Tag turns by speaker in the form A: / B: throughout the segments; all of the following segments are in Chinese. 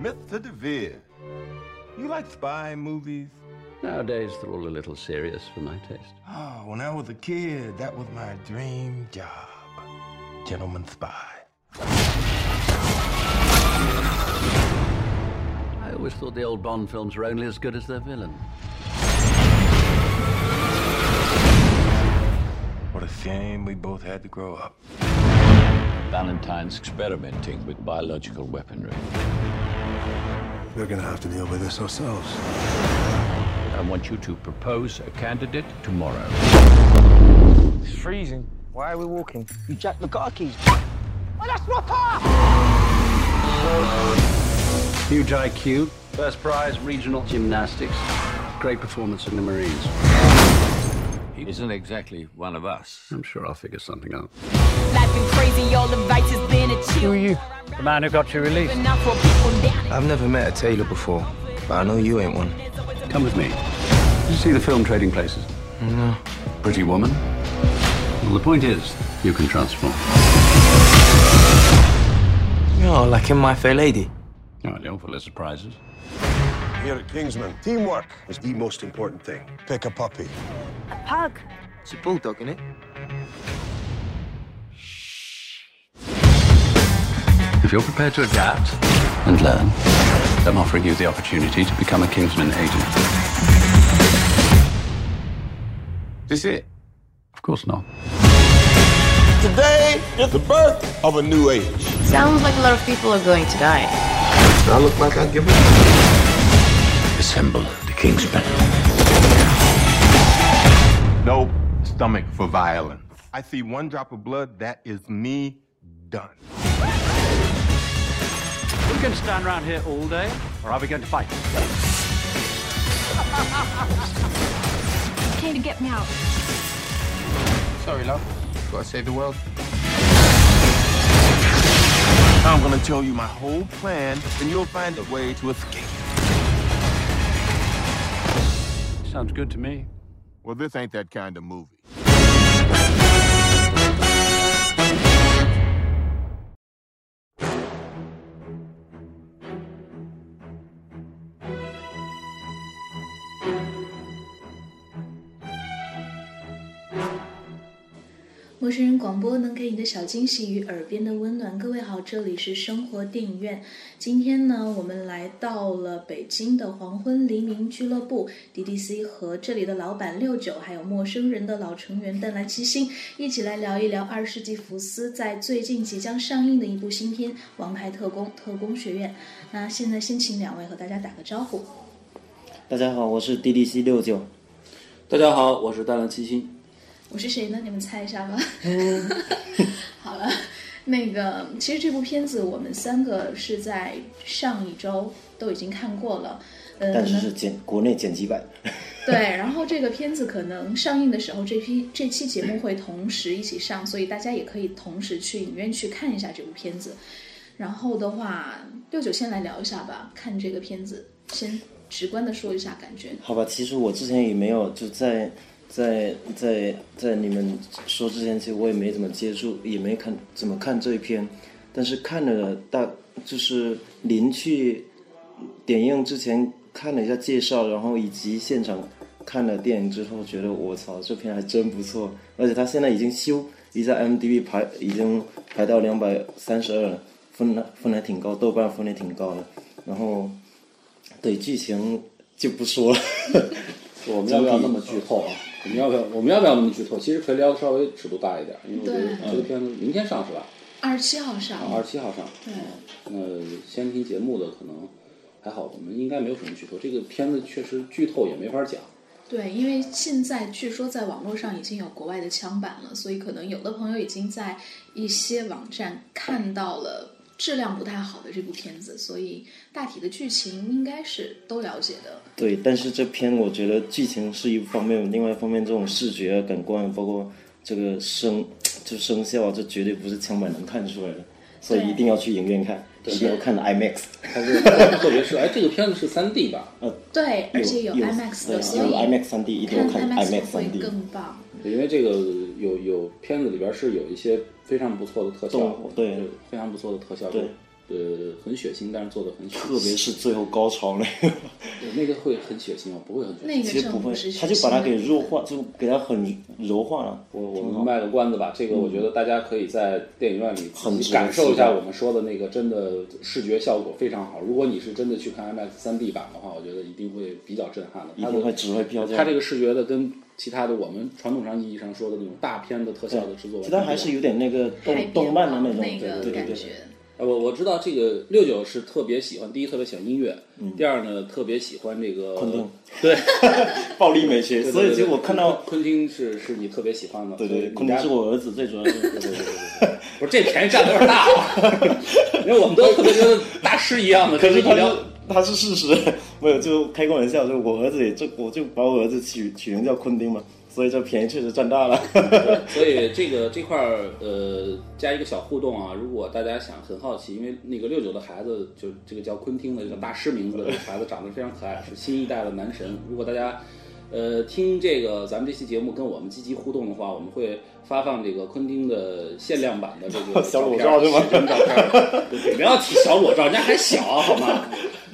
A: Mr. DeVere, you like spy movies?
B: Nowadays, they're all a little serious for my taste.
A: Oh, when I was a kid, that was my dream job. Gentleman spy.
B: I always thought the old Bond films were only as good as their villain.
A: What a shame we both had to grow up.
C: Valentine's experimenting with biological weaponry.
D: We're going to have to deal with this ourselves.
C: I want you to propose a candidate tomorrow.
E: It's freezing. Why are we walking? You jacked the car keys.
F: Oh, that's my car!
B: Huge IQ, first prize regional gymnastics, great performance in the Marines.
C: He isn't exactly one of us.
B: I'm sure I'll figure something out.
G: Life been crazy, all advice has been a
E: Who
G: chill.
E: are you? The man who got you released.
G: Enough for people down.
E: I've never met a tailor before, but I know you ain't one.
B: Come with me. Did you see the film Trading Places?
E: No.
B: Pretty Woman? Well, the point is, you can transform.
E: No, like in My Fair Lady.
B: No, I don't for the surprises.
D: Here at Kingsman, teamwork is the most important thing. Pick a puppy.
F: Pug.
E: It's a bulldog, innit?
B: If you're prepared to adapt and learn, I'm offering you the opportunity to become a Kingsman agent.
A: This it?
B: Of course not.
D: Today is the birth of a new age.
H: Sounds like a lot of people are going to die.
D: I look like I give a.
C: Assemble the Kingsmen.
A: No stomach for violence. I see one drop of blood, that is me done.
B: We can stand around here all day, or are we going to fight?
G: Came to get me out.
A: Sorry, love. Gotta save the world. I'm gonna tell you my whole plan, and you'll find a way to escape.
B: Sounds good to me.
A: Well, this ain't that kind of movie.
I: 陌生人广播能给你的小惊喜与耳边的温暖。各位好，这里是生活电影院。今天呢，我们来到了北京的黄昏黎明俱乐部 DDC 和这里的老板六九，还有陌生人的老成员邓来七星，一起来聊一聊二世纪福斯在最近即将上映的一部新片《王牌特工：特工学院》。那现在先请两位和大家打个招呼。
J: 大家好，我是 DDC 六九。大家好，我是大亮七星。
I: 我是谁呢？你们猜一下吧。 好了，那个其实这部片子我们三个是在上一周都已经看过了，呃，
J: 但
I: 可
J: 是
I: 能
J: 是剪国内剪辑版，
I: 对，然后这个片子可能上映的时候，这批这期节目会同时一起上，所以大家也可以同时去影院去看一下这部片子。然后的话，六九先来聊一下吧，看这个片子，先直观的说一下感觉。
J: 好吧？其实我之前也没有就在在在在你们说之前，其实我也没怎么接触，也没看怎么看这一篇，但是看了大就是临去点映之前看了一下介绍，然后以及现场看了电影之后，觉得我操，这片还真不错，而且它现在已经修，已在 m d b 排已经排到两百三十二了，分了分还挺高，豆瓣分也挺高的。然后对剧情就不说了，
K: 我们要不要那么剧透啊？我们要不要我们要不要那么剧透？其实可以聊的稍微尺度大一点，因为我觉得
I: 对
K: 这个片子明天上是吧？
I: 二十七号上，
K: 二十七号上。
I: 对，
K: 那先听节目的可能还好，我们应该没有什么剧透。这个片子确实剧透也没法讲。
I: 对，因为现在据说在网络上已经有国外的枪版了，所以可能有的朋友已经在一些网站看到了质量不太好的这部片子，所以大体的剧情应该是都了解的。
J: 对，但是这篇我觉得剧情是一方面，另外一方面这种视觉啊、感官，包括这个声，就声效啊，这绝对不是枪版能看出来的，所以一定要去影院看，一定要看 IMAX。
K: 它是特别是哎，这个片子是三 D 吧？
I: 对，而且有
J: 哎有
I: IMAX
J: 对
I: 的，所
J: 有
I: 以
J: IMAX 3D 一定要看 IMAX
I: 会
J: 3D
I: 更棒。
K: 对因为这个有有片子里边是有一些非常不错的特效
J: 动，对
K: 非常不错的特效，
J: 对
K: 就呃很血腥，但是做的很血腥，
J: 特别是最后高潮那个，
K: 对那个会很血腥吗？不会很血腥。
J: 其实不会，他就把它给弱化，就给它很柔化了。
K: 我我们卖个关子吧，这个我觉得大家可以在电影院里自
J: 嗯很值
K: 己
J: 得
K: 感受一
J: 期
K: 下
J: 待
K: 我们说的那个，真的视觉效果非常好。如果你是真的去看 IMAX 3D 版的话，我觉得一定会比较震撼的。
J: 一定会值回票价
K: 它这个视觉的跟其他的我们传统上意义上说的那种大片的特效的制作完全不一样，
J: 其实它还是有点那个动动漫的那种，
K: 那个
J: 对对
K: 感
J: 对
K: 觉
J: 对。
K: 呃，我我知道这个六九是特别喜欢，第一特别喜欢音乐，第二呢特别喜欢这个
J: 昆汀，
K: 对，
J: 暴力美学
K: 对对
J: 所以
K: 对
J: 其实
K: 对
J: 我看到
K: 昆昆汀是是你特别喜欢的，
J: 对
K: 所以
J: 对，
K: 你
J: 昆
K: 家
J: 汀是我儿子，最主要是。对对 对对对。
K: 不是这便宜占的有点大啊， 因为我们都特别跟大师一样的，
J: 可
K: 就是是
J: 他
K: 一
J: 是
K: 聊
J: 他是事实，没有就开个玩笑，就我儿子也就我就把我儿子取取名叫昆汀嘛，所以这便宜确实占大了。
K: 所以这个这块儿呃加一个小互动啊，如果大家想很好奇，因为那个六九的孩子就是这个叫昆汀的这个大师名字的这个孩子长得非常可爱，是新一代的男神。如果大家呃听这个咱们这期节目跟我们积极互动的话，我们会发放这个昆汀的限量版的这个
J: 小裸
K: 片
J: 照是吗
K: 写真照片儿，对不要提小裸照，人家还小好吗？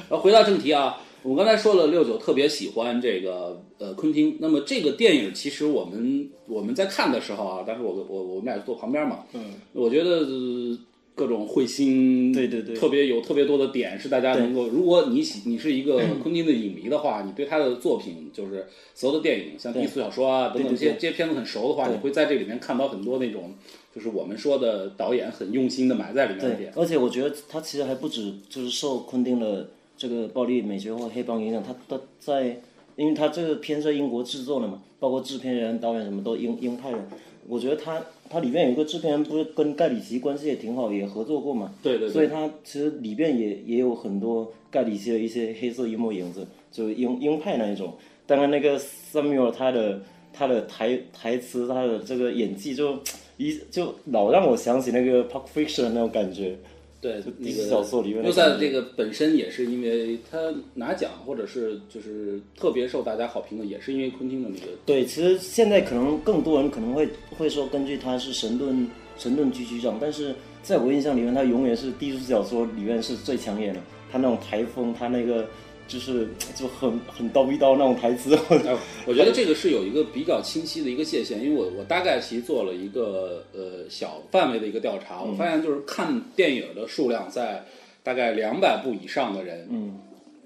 K: 然后回到正题啊，我们刚才说了六九特别喜欢这个呃昆汀，那么这个电影其实我们我们在看的时候啊，当时我我我们俩坐旁边嘛，
J: 嗯，
K: 我觉得、呃各种彗星，
J: 对对对
K: 特别有特别多的点是大家能够，如果你喜你是一 个昆汀的影迷的话，你对他的作品就是所有的电影，像
J: 对
K: 低俗小说啊等等这
J: 对对
K: 些
J: 对
K: 这些片子很熟的话，
J: 对
K: 你会在这里面看到很多那种就是我们说的导演很用心的埋 在里面的
J: 对
K: 点，，
J: 而且我觉得他其实还不止就是受昆汀的这个暴力美学或黑帮影响，他他在，因为他这个片是在英国制作的嘛，包括制片人、导演什么都英英派人。我觉得他他里面有一个制片人，不是跟盖里奇关系也挺好，也合作过嘛。
K: 对对对
J: 所以他其实里边也也有很多盖里奇的一些黑色幽默影子，就是鹰鹰派那一种。当然，那个 Samuel 他的他的台台词，他的这个演技就一就老让我想起那个 Pulp Fiction 的那种感觉。
K: 对
J: 就，
K: 呃那
J: 低俗
K: 个
J: 小说里面的
K: 又在
J: 感觉
K: 这个本身也是因为他拿奖或者是就是特别受大家好评的，也是因为昆汀的那个
J: 对，其实现在可能更多人可能会会说，根据他是神盾神盾局局长，但是在我印象里面，他永远是低俗小说里面是最抢眼的。他那种台风，他那个就是就很很叨逼叨那种台词，
K: 哎我觉得这个是有一个比较清晰的一个界限，因为我我大概其实做了一个呃小范围的一个调查，我
J: 嗯
K: 发现就是看电影的数量在大概两百部以上的人，
J: 嗯，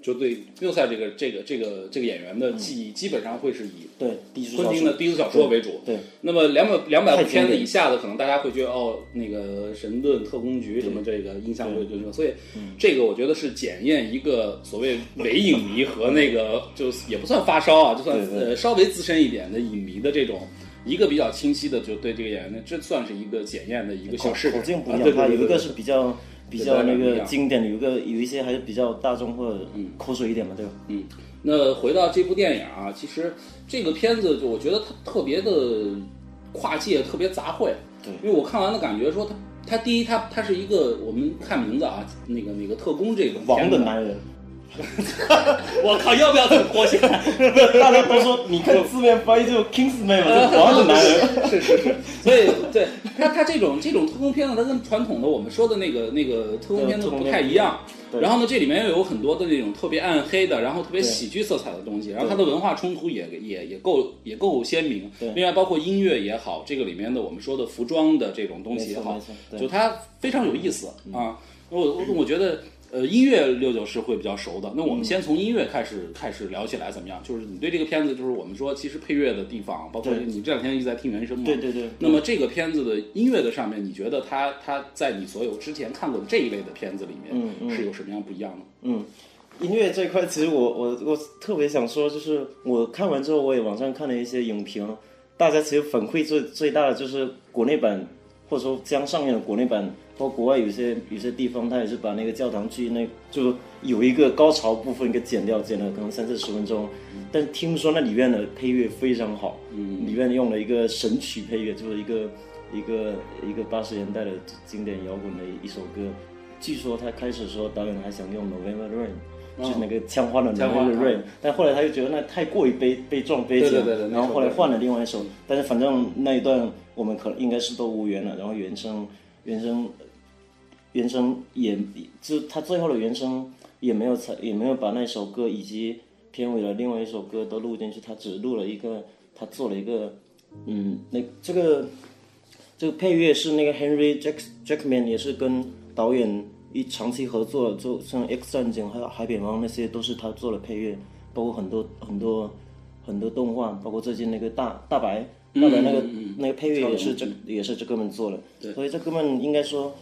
K: 就对缪塞这个这个这个这个演员的
J: 嗯
K: 记忆基本上会是以
J: 对低俗小说
K: 昆汀的低俗小说为主，
J: 对，
K: 那么两百两百
J: 太
K: 部
J: 经
K: 片子
J: 典
K: 以下的，可能大家会觉得哦，那个《神盾特工局》什么这个印象会更深，所以
J: 嗯
K: 这个我觉得是检验一个所谓伪影迷和那个就是也不算发烧啊，就算
J: 对对
K: 呃稍微资深一点的影迷的这种。一个比较清晰的，就对这个演员的，这算是一个检验的一个小试
J: 口
K: 点。
J: 径不
K: 啊
J: 一
K: 对
J: 样，
K: 对
J: 他有
K: 对
J: 一
K: 对对
J: 个是比较比较那个经典的，有一个有一些还是比较大众或者口水一点嘛，对吧？
K: 嗯，那回到这部电影啊，其实这个片子就我觉得它特别的跨界，特别杂烩。
J: 对，
K: 因为我看完的感觉说它，它第一，它它是一个我们看名字啊，那个那个特工这个
J: 王
K: 片子啊
J: 的 男人，
K: 我靠，要不要这么脱鞋？
J: 大家都说你看字面翻译就 Kingsman 嘛， 就王的男人。
K: 是是是， 所以对他他这种这种特工片子，它跟传统的我们说的那个那个特工
J: 呃
K: 片子不太一样。
J: 对
K: 然后呢，这里面又有很多的那种特别暗黑的，然后特别喜剧色彩的东西，然后它的文化冲突也也也够也够鲜明。
J: 对
K: 另外包括音乐也好，这个里面的我们说的服装的这种东西也好
J: 没错没，错对
K: 就它非常有意思
J: 嗯
K: 啊。我我我觉得。呃，音乐六九是会比较熟的。那
J: 嗯
K: 我们先从音乐开始、开始聊起来，怎么样？就是你对这个片子，就是我们说其实配乐的地方，包括
J: 对
K: 你这两天一直在听原声嘛，
J: 对对对
K: 那么这个片子的音乐的上面，你觉得它它在你所有之前看过的这一类的片子里
J: 嗯
K: 面
J: 嗯
K: 是有什么样不一样的？
J: 嗯，音乐这一块，其实我我我特别想说，就是我看完之后，我也网上看了一些影评，大家其实反馈最最大的就是国内版，或者说将上映的国内版，包括国外有些有些地方，它也是把那个教堂剧那就有一个高潮部分给剪掉，剪了可能三四十分钟，但是听说那里面的配乐非常好，
K: 嗯
J: 里面用了一个神曲配乐，就是一个一个一个八十年代的经典摇滚的一首歌。据说他开始说导演还想用 November Rain，、
K: 哦
J: 就是那个枪花的
K: 枪花
J: November
K: 啊
J: Rain，但后来他就觉得那太过于悲悲壮悲情，
K: 对对对对
J: 然后后来
K: 那首歌
J: 换了另外一首，但是反正那一段我们可能应该是都无缘了，然后原声原声原声也就他最后的原声也没有采，也没有把那首歌以及片尾的另外一首歌都录进去，他只录了一个，他做了一个，嗯，那这个这个配乐是那个 Henry Jack Jackman 也是跟导演一长期合作，就像《X 战警》还有《海扁猫》那些都是他做的配乐，包括很多很多很多动画，包括最近那个大大白大白那个、
K: 嗯嗯嗯
J: 那个配乐也是这
K: 超人
J: 也是这哥们做的，所以这哥们应该说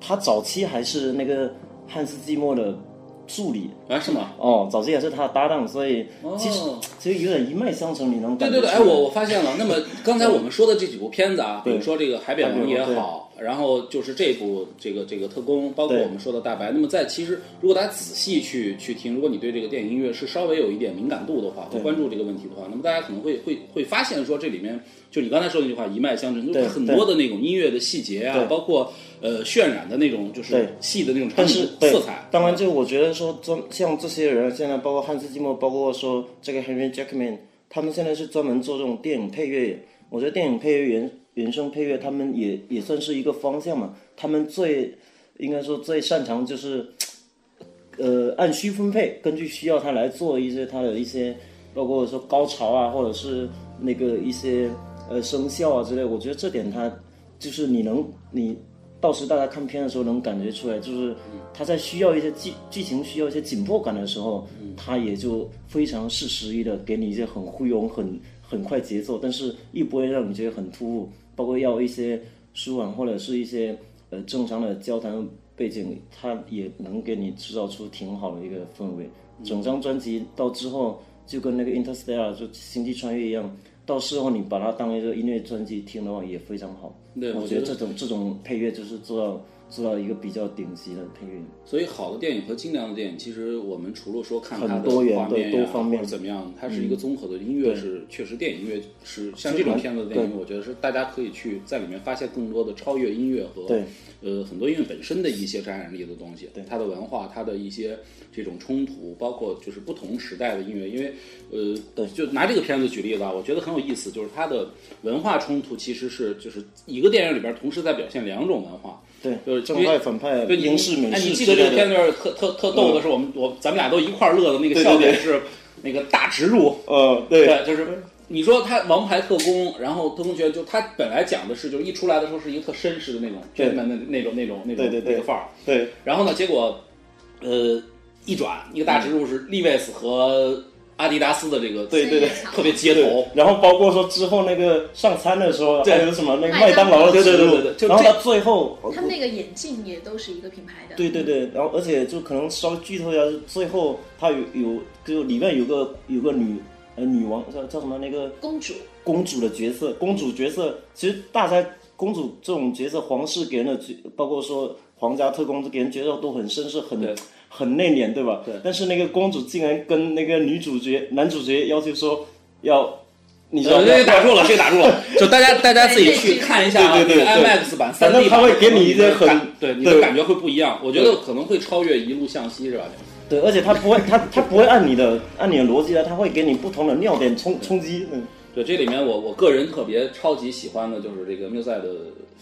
J: 他早期还是那个汉斯季默的助理
K: 啊，是吗？
J: 哦，早期也是他的搭档，所以其实、其实有点一脉相承，你能
K: 对
J: 感觉
K: 哦对对，哎，
J: 出来
K: 我我发现了。那么刚才我们说的这几部片子啊，比
J: 对
K: 如说这个《海扁王》也
J: 海扁
K: 好，然后就是这部这个这个特工，包括
J: 对
K: 我们说的大白。那么在其实，如果大家仔细去去听，如果你对这个电影音乐是稍微有一点敏感度的话，会
J: 对
K: 关注这个问题的话，那么大家可能会会会发现说这里面就你刚才说的那句话一脉相承，就
J: 对
K: 是很多
J: 对
K: 的那种音乐的细节啊
J: 对，
K: 包括呃渲染的那种就是
J: 对
K: 戏的那种场
J: 但是
K: 景
J: 对
K: 色彩。
J: 当然，就我觉得说专像这些人现在，包括汉斯季默，包括说这个 Henry Jackman，他们现在是专门做这种电影配乐。我觉得电影配乐原原声配乐，他们也也算是一个方向嘛。他们最应该说最擅长就是，呃，按需分配，根据需要他来做一些他的一些，包括说高潮啊，或者是那个一些呃声效啊之类。我觉得这点他就是你能你到时大家看片的时候能感觉出来，就是他在需要一些剧剧情需要一些紧迫感的时候，他也就非常适时一的给你一些很忽悠、很很快节奏，但是亦不会让你觉得很突兀，包括要一些舒缓或者是一些呃正常的交谈背景，他也能给你制造出挺好的一个氛围。整张专辑到之后就跟那个《Interstellar》就《星际穿越》一样。到时候你把它当一个音乐专辑听的话，也非常好。
K: 对我
J: 我觉得
K: 觉得
J: 这种这种配乐就是做到做到一个比较顶级的配乐。
K: 所以，好的电影和精良的电影，其实我们除了说看它的
J: 很多元
K: 画面呀
J: 对多方面嗯
K: 或者怎么样，它是一个综合的。音乐是、确实，电影乐是像
J: 是
K: 这种
J: 蛮
K: 片子的电影，
J: 对
K: 我觉得是大家可以去在里面发现更多的超越音乐和
J: 对
K: 呃很多音乐本身的一些感染力的东西，它的文化，它的一些这种冲突，包括就是不同时代的音乐，因为呃，就拿这个片子举例子啊，我觉得很有意思，就是它的文化冲突其实是就是一个电影里边同时在表现两种文化。
J: 对，
K: 就是
J: 正
K: 因为
J: 派反派
K: 对，你
J: 英式美
K: 哎，
J: 式
K: 你记
J: 之
K: 得
J: 类的嗯
K: 这个片段特特特逗的是，我们我咱们俩都一块儿乐的那个
J: 对对
K: 笑点
J: 对
K: 是那个大植入，
J: 呃，对
K: 对，就是你说他王牌特工，然后特工学就他本来讲的是，就是一出来的时候是一个特绅士的那种 g e
J: 对
K: n 的那种那种那
J: 对
K: 种
J: 对对
K: 那个范儿，
J: 对，
K: 然后呢，结果呃一转一个大植入是利维斯和阿迪达斯的这个
J: 嗯对对对
K: 特别街头，
J: 对然后包括说之后那个上餐的时候，
K: 对
J: 还有什么那个
I: 麦
J: 麦
I: 当
J: 当
I: 劳
J: 劳的植入
K: 对对对对就
J: 然后
K: 这
J: 到最后，
I: 他们那个眼镜也都是一个品牌的。
J: 对对对，然后而且就可能稍微剧透一下，就最后他有有就里面有个有个女呃女王叫叫什么那个
I: 公主，
J: 公主的角色，公主角色其实大家公主这种角色，皇室给人的角，包括说皇家特工给人角色都很绅士，很很内敛，对吧？对。但是那个公主竟然跟那个女主角、男主角要求说要，你知道
K: 呃
J: 吗？
K: 这个打住了，这个打住了， 就大家大家自己去看一下啊，
J: 对对对
K: 那个
J: 对
K: IMAX 版
J: 反
K: 三
J: 正
K: D 版
J: 它
K: 的时候，
J: 会给你一些很
K: 感对你的
J: 对
K: 感觉会不一样，我觉得
J: 对
K: 可能会超越一路向西是吧？
J: 对，而且他不会，他他不会按你的按你的逻辑来，他会给你不同的尿点冲冲击。嗯，
K: 对，这里面我我个人特别超级喜欢的就是这个缪塞的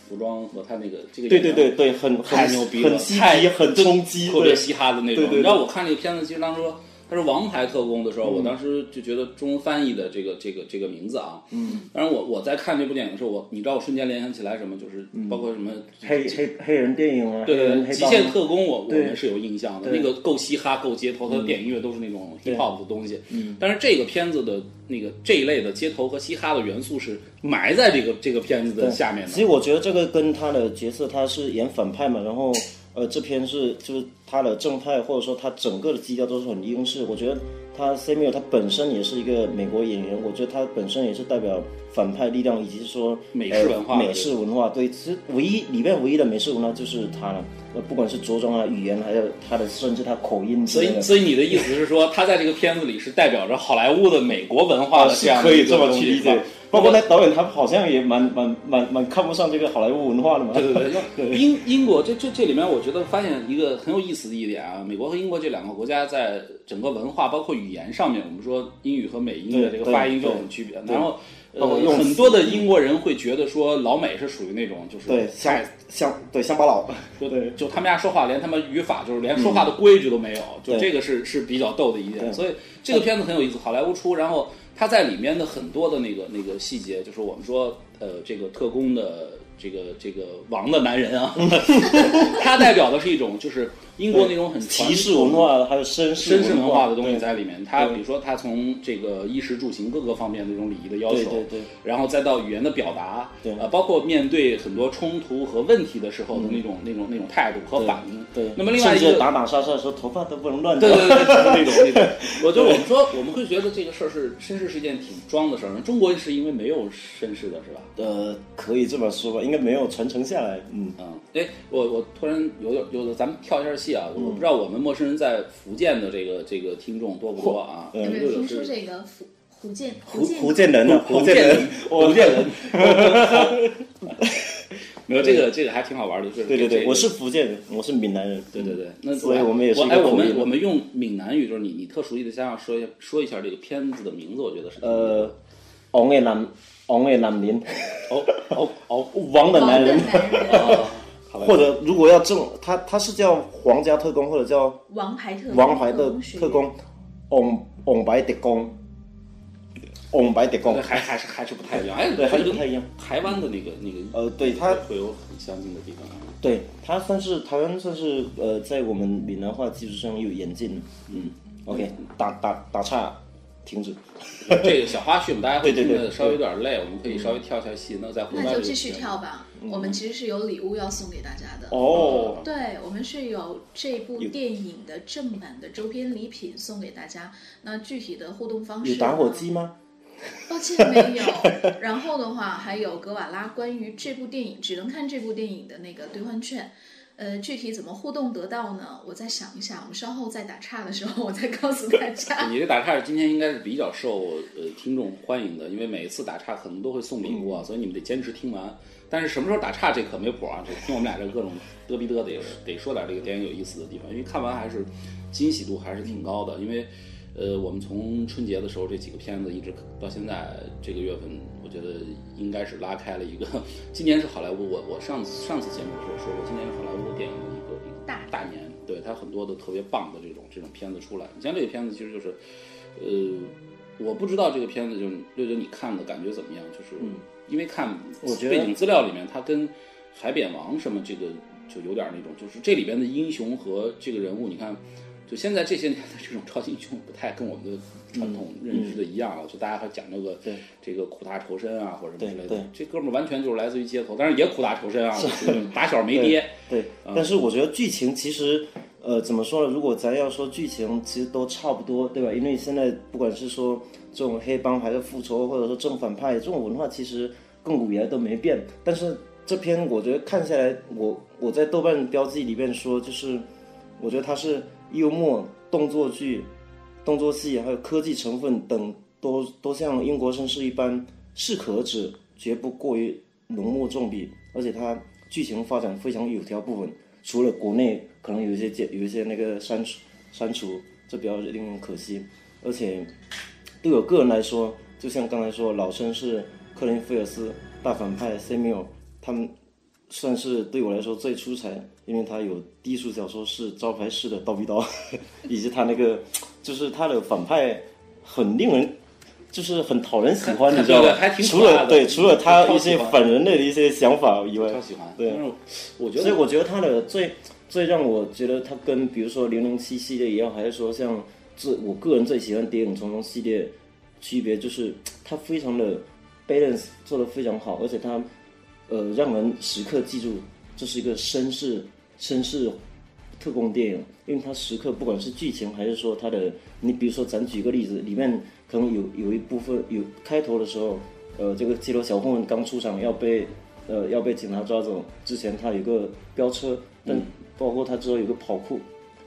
K: 服装和他那个这个
J: 对
K: 演员
J: 对对对，很很
K: 太牛逼了，
J: 很嬉
K: 太
J: 皮，很冲击，
K: 特别
J: 对
K: 嘻哈的那种。
J: 对对对嗯
K: 你知道我看这个片子，其实当时说他是《王牌特工》的时候，我当时就觉得中文翻译的这个这个这个名字啊，
J: 嗯，
K: 当然我我在看这部电影的时候，我你知道我瞬间联想起来什么，就是包括什么
J: 嗯黑黑黑人电影啊，
K: 对
J: 黑
K: 对
J: 人
K: 对，
J: 黑
K: 极
J: 帮
K: 限
J: 啊
K: 特工我我
J: 对
K: 们是有印象的，
J: 对嗯
K: 那个够嘻哈够街头，它的电影音乐都是那种 hip
J: 对
K: hop 的东西。
J: 嗯
K: 但是这个片子的那个这一类的街头和嘻哈的元素是埋在这个这个片子的
J: 对，
K: 下面
J: 其
K: 的。
J: 实我觉得这个跟他的角色，他是演反派嘛，然后呃，这篇是就是他的正派，或者说他整个的基调都是很英式。我觉得他 Samuel 他本身也是一个美国演员，我觉得他本身也是代表反派力量，以及说
K: 美式文化
J: 呃
K: 对
J: 美式文化对，其实唯一里面唯一的美式文化就是他了，呃，不管是着装啊、语言，还有他的甚至他口音之
K: 所
J: 类的，
K: 以，所以你的意思是说，他在这个片子里是代表着好莱坞的美国文化的
J: 啊是
K: 这样的
J: 可以
K: 一个
J: 这么
K: 东西
J: 去理
K: 是吧
J: 解包括那导演他好像也蛮蛮蛮蛮看不上这个好莱坞文化的嘛。
K: 对对对，英英国这这这里面，我觉得发现一个很有意思的一点啊，美国和英国这两个国家在整个文化包括语言上面，我们说英语和美英的这个
J: 对
K: 发音就有
J: 对
K: 很区别。
J: 对
K: 然后
J: 包括
K: 呃，
J: 用词
K: 很多的英国人会觉得说老美是属于那种就是
J: 对，乡
K: 太
J: 乡对乡巴佬，
K: 就就他们家说话连他们语法就是连说话的规矩都没有，
J: 嗯对
K: 就这个是是比较逗的一
J: 对
K: 点。所以这个片子很有意思，好莱坞出，然后它在里面的很多的那个那个细节，就是我们说呃这个特工的这个这个王的男人啊， 他代表的是一种就是英国那种很 传
J: 骑士
K: 统
J: 文化，还有绅士
K: 绅士文化
J: 化
K: 的东西在里面。他
J: 对
K: 比如说，他从这个衣食住行各个方面的这种礼仪的要
J: 对
K: 求，
J: 对对
K: 然后再到语言的表达，
J: 对嗯
K: 呃，包括面对很多冲突和问题的时候的那种、那种那种态度和反应。
J: 对，
K: 那么另外一
J: 甚
K: 个
J: 至打打杀杀的时候头发都不能乱
K: 对
J: 掉。
K: 对对，对，就 是那种那种。我觉得我们说我们会觉得这个事儿是绅士是一件挺装的事儿，中国是因为没有绅士的是吧？
J: 呃，可以这么说吧，应该没有传承下来。嗯，
K: 嗯，哎，我我突然有点有的，咱们跳一下戏啊！我
J: 嗯
K: 不知道我们陌生人在福建的这个这个听众多不多啊？
J: 嚯
I: 有没
K: 这
I: 有
K: 个
I: 听
K: 是
I: 说这个福福建
J: 嗯福
I: 建
J: 福建 人啊，
K: 福
J: 建
K: 建
J: 人
K: 人，
J: 我
K: 福建人， 没有这个这个还挺好玩的，就是
J: 对对
K: 这
J: 对，
K: 个
J: 我是福建人，我是闽南人。
K: 对对对，那
J: 所以我们也是一
K: 哎，
J: 个
K: 我
J: 口音
K: 们我们用闽南语，就是你你特熟悉的乡下说一下说一下这个片子的名字，我觉得是
J: 呃，王的男，王的男人，
K: 哦哦 哦，
J: 王的男人，
K: 哦好吧
J: 或者如果要正，他他是叫皇家特工，或者叫
I: 王牌特工
J: 王牌的
I: 学
J: 特
I: 院
J: 工，王王牌特工，王牌特工
K: 那。还还是还是不太一样，哎，
J: 对还是
K: 跟
J: 不太一样
K: 台湾的那个那个
J: 呃，对他，
K: 会有很相近的地方啊。
J: 对他算是台湾算是呃，在我们闽南话基础上有演进。嗯，OK，打打打岔，停止。
K: 这个小花絮，我们大家会
J: 对
K: 听
J: 对
K: 得
J: 对
K: 稍微有点累，我们可以稍微跳一下戏，那再回来
I: 那
K: 这
I: 就
K: 个
I: 继续
K: 片
I: 跳吧。我们其实是有礼物要送给大家的。
J: 嗯哦，
I: 对，我们是有这部
J: 有
I: 电影的正版的周边礼品送给大家。那具体的互动方式
J: 有
I: 呢
J: 打火机吗？
I: 抱歉，没 有。然后的话，还有格瓦拉关于这部电影只能看这部电影的那个兑换券。呃，具体怎么互动得到呢？我再想一下，我们稍后再打岔的时候，我再告诉大家。
K: 你这打岔今天应该是比较受呃听众欢迎的，因为每一次打岔可能都会送礼物啊，所以你们得坚持听完。但是什么时候打岔这可没谱啊！这听我们俩这各种嘚逼嘚，得得说点这个电影有意思的地方，因为看完还是惊喜度还是挺高的。因为呃，我们从春节的时候这几个片子一直到现在这个月份，我觉得应该是拉开了一个。 今年是好莱坞，我我上次上次节目的时候说过，今年是好莱坞的电影的一个一个
I: 大
K: 大年，对它很多的特别棒的这种这种片子出来。你像这个片子，其实就是，呃，我不知道这个片子就是六九你看的感觉怎么样，就是、因为看
J: 嗯我觉得
K: 背景资料里面，它跟《海扁王》什么这个就有点那种，就是这里边的英雄和这个人物，你看。就现在这些年的这种超级英雄不太跟我们的传统认知的一样了，就大家还讲究个
J: 嗯对
K: 这个苦大仇深啊，或者什么之类
J: 对
K: 的
J: 对。
K: 这哥们儿完全就是来自于街头，当然也苦大仇深啊，就是打小没爹。
J: 对，但是我觉得剧情其实，呃，怎么说呢？如果咱要说剧情，其实都差不多，对吧？因为现在不管是说这种黑帮还是复仇，或者说正反派这种文化，其实亘古以来都没变。但是这篇我觉得看下来，我我在豆瓣标记里面说，就是我觉得它是幽默、动作剧、动作戏啊还有科技成分等，都都像英国绅士一般适可而止，绝不过于浓墨重笔，而且它剧情发展非常有条不紊。除了国内可能有一些剪有一些那个删除删除，这比较令人可惜。而且对我个人来说，就像刚才说，老绅士克林菲尔斯、大反派 Samuel，他们算是对我来说最出彩，因为他有低俗小说式、招牌式的刀逼刀， 以及他那个就是他的反派很令人。就是很讨人喜欢，
K: 很
J: 你知道吧
K: 很？还挺
J: 除
K: 可爱
J: 了
K: 的
J: 对，除了他
K: 超
J: 一
K: 喜
J: 些
K: 欢
J: 反人类的一些想法以外，
K: 超喜欢，
J: 对，
K: 但是我觉
J: 所以
K: 得
J: 我觉得他的最最让我觉得他跟比如说零零七系列一样，还是说像最我个人最喜欢《谍影重重》系列，区别就是他非常的 balance 做得非常好，而且他呃让人时刻记住这是一个绅士绅士特工电影，因为它时刻不管是剧情还是说它的，你比如说咱举个例子，里面可能有有一部分有开头的时候，呃，这个街头小混混刚出场要被呃要被警察抓走之前，他有一个飙车，但包括他之后有个跑酷，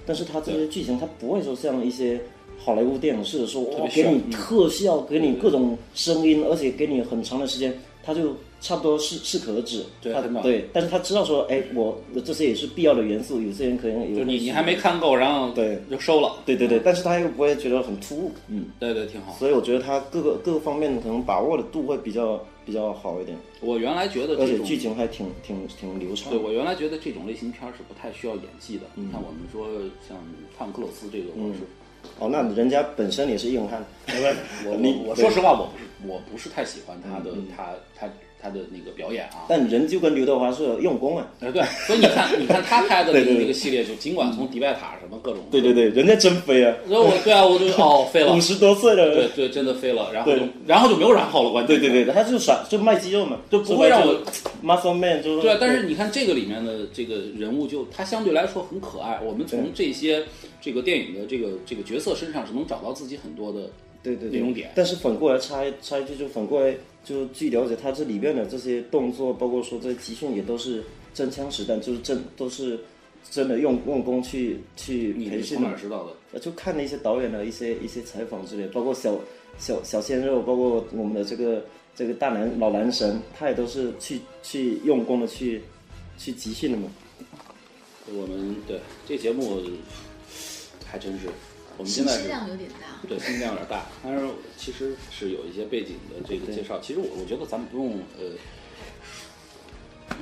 J: 但是他这些剧情他不会说像一些好莱坞电影式的说，哇，
L: 别
J: 给你
L: 炫嗯
J: 特效，给你各种声音，而且给你很长的时间，他就差不多适适可而止。
K: 对
J: 他
K: 很棒
J: 对，但是他知道说，哎，我这些也是必要的元素，有些人可能有
K: 就你你还没看够，然后
J: 对
K: 就收了。
J: 对对对，但是他又不会觉得很突兀，嗯，
K: 对对，挺好。
J: 所以我觉得他各个各个方面可能把握的度会比较比较好一点。
K: 我原来觉得
J: 而
K: 这
J: 且
K: 种
J: 剧情还挺挺挺流畅。
K: 对我原来觉得这种类型片儿是不太需要演技的。
J: 嗯
K: 你看我们说像汤姆克鲁斯这个，我是
J: 哦，那人家本身也是硬汉，
K: 我
J: 你
K: 我我说实话，我不是我不是太喜欢他的他他他的那个表演啊。
J: 嗯但人就跟刘德华是有用功啊。
K: 呃，对，所以你看，你看他 拍的那
J: 对
K: 个
J: 对对嗯
K: 那个系列，就尽管从迪拜塔什么各种，
J: 对对对，人家真飞啊！
K: 所以我对啊，我就哦 飞了，
J: 五十多岁了，
K: 对对，真的飞了，然后
J: 对
K: 就然后就没有然后了，完全
J: 对对对，他就耍就卖肌肉嘛，
K: 就不会让我
J: muscle man 就
K: 对啊，但是你看这个里面的这个人物就，他相对来说很可爱。我们从这些这个电影的这个这个角色身上是能找到自己很多的
J: 对对
K: 内
J: 对
K: 容点。
J: 但是反过来插一插一句，就反过来就据了解，他这里面的这些动作，包括说这些集训，也都是真枪实弹，就是真都是真的用用功去去
K: 你
J: 培
K: 是
J: 训
K: 从哪
J: 的
K: 儿。知道的？
J: 呃，就看了一些导演的一些一些采访之类，包括小小小鲜肉，包括我们的这个这个大男老男神，他也都是去去用功的去去集训的嘛。
K: 我们对这节目还真是，我们现
H: 信
K: 在
H: 息
K: 是
H: 量有点大。
K: 对信息量有点大，但是其实是有一些背景的这个介绍。其实我我觉得咱们不用呃。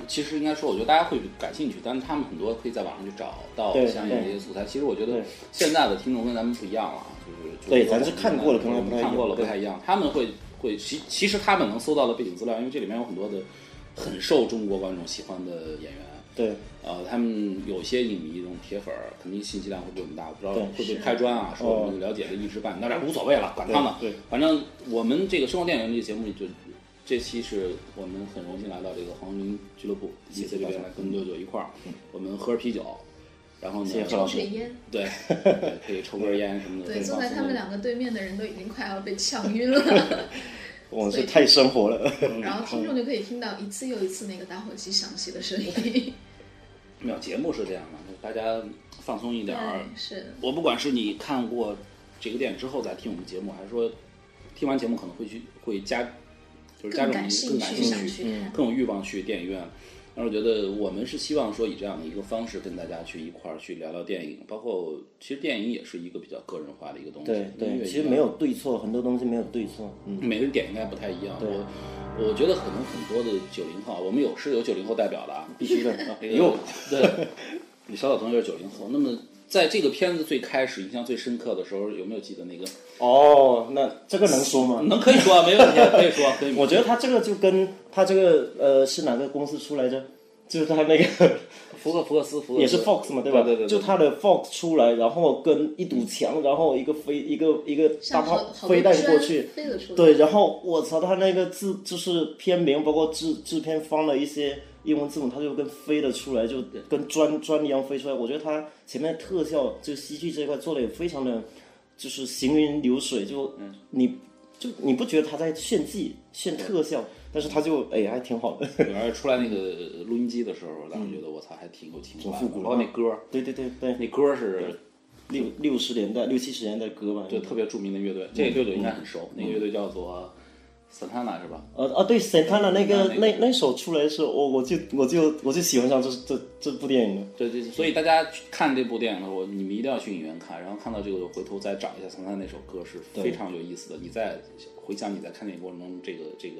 K: 其实应该说，我觉得大家会感兴趣，但是他们很多可以在网上去找到
J: 对
K: 相应的一
J: 对
K: 些素材。其实我觉得现在的听众跟咱们不一样了啊，就是就是
J: 对
K: 说
J: 咱是看过了可能
K: 我们
J: 不太一样
K: 看过了不太一样。他们会会其其实他们能搜到的背景资料，因为这里面有很多的很受中国观众喜欢的演员。
J: 对，
K: 呃，他们有些影迷这种铁粉儿，肯定信息量会比我们大，我不知道
J: 对
K: 会不会
J: 是
K: 开砖啊，说我们
J: 哦
K: 了解了一知半，解，那这无所谓了，管他呢。
J: 对对
K: 反正我们这个生活电影这节目就这期是我们很荣幸来到这个黄陵俱乐部，第一次这边来跟六九一块儿，
J: 嗯
K: 我们喝啤酒，然后呢，
J: 谢谢何老师
H: 抽根烟
K: 对， 对可以抽根烟什么的。
H: 对，坐在他们两
K: 个。
H: 个对面的人都已经快要被呛晕了，
J: 我是太生活了。
H: 然后听众就可以听到一次又一次那个打火机响起的声音。
K: 没有节目是这样的，就大家放松一点 儿。
H: 对是
K: 我不管是你看过这个电影之后再听我们节目，还是说听完节目可能会去会加，就是加
H: 更
K: 重
H: 感
K: 你
H: 兴
K: 更
H: 趣
K: 感兴
H: 想
K: 趣
H: 去看，
K: 更有欲望去电影院。但是我觉得我们是希望说以这样的一个方式跟大家去一块儿去聊聊电影，包括其实电影也是一个比较个人化的一个东 西。
J: 对
K: 音
J: 对，
K: 乐
J: 其实
K: 一样
J: 没有对错，很多东西没有对错。嗯，
K: 每个人点应该不太一样。
J: 对
K: 我我觉得可能很多的九零后，我们有是有九零后代表的啊，
J: 必须 的
K: 那个
J: 有
K: 对，你小小同学是九零后。那么在这个片子最开始印象最深刻的时候，有没有记得那个？
J: 哦，那这个能说吗？
K: 能可以说啊，没问题啊，可以说啊，可以。
J: 我觉得他这个就跟他这个呃是哪个公司出来着？就是他那个
K: 福克福克斯福克斯
J: 也是 Fox 嘛，吧？
K: 对对对对
J: 就他的 Fox 出来，然后跟一堵墙，然后一个飞一个一个大
H: 像好
J: 炮
H: 好多
J: 飞弹
H: 砖
J: 过去，
H: 飞了出来。
J: 对，然后我操，他那个字就是片名，包括制制片方的一些英文字母，他就跟飞了出来，就跟砖砖一样飞出来。我觉得他前面特效就戏剧这一块做的也非常的，就是行云流水，就
H: 嗯
J: 你就你不觉得他在炫技炫特效，但是他就哎还挺 好的。
K: 女儿出来那个录音机的时候，当时觉得我操，还挺有情怀的，
J: 挺复古的
K: 包括那歌儿，
J: 对对对对，
K: 那歌儿是
J: 六六十年代六七十年代的歌吧，
K: 就特别著名的乐队，这个六九应该很
J: 嗯
K: 熟，那个乐队叫做 Santana 是吧？
J: 呃啊，对，Santana 那个
K: 那个
J: 那那首出来的时候，我我就我就我就喜欢上这这这部电影了。
K: 对对，所以大家去看这部电影的时候，你们一定要去影院看，然后看到这个回头再找一下从他那首歌是非常有意思的。你再回想你在看电影过程中这个这个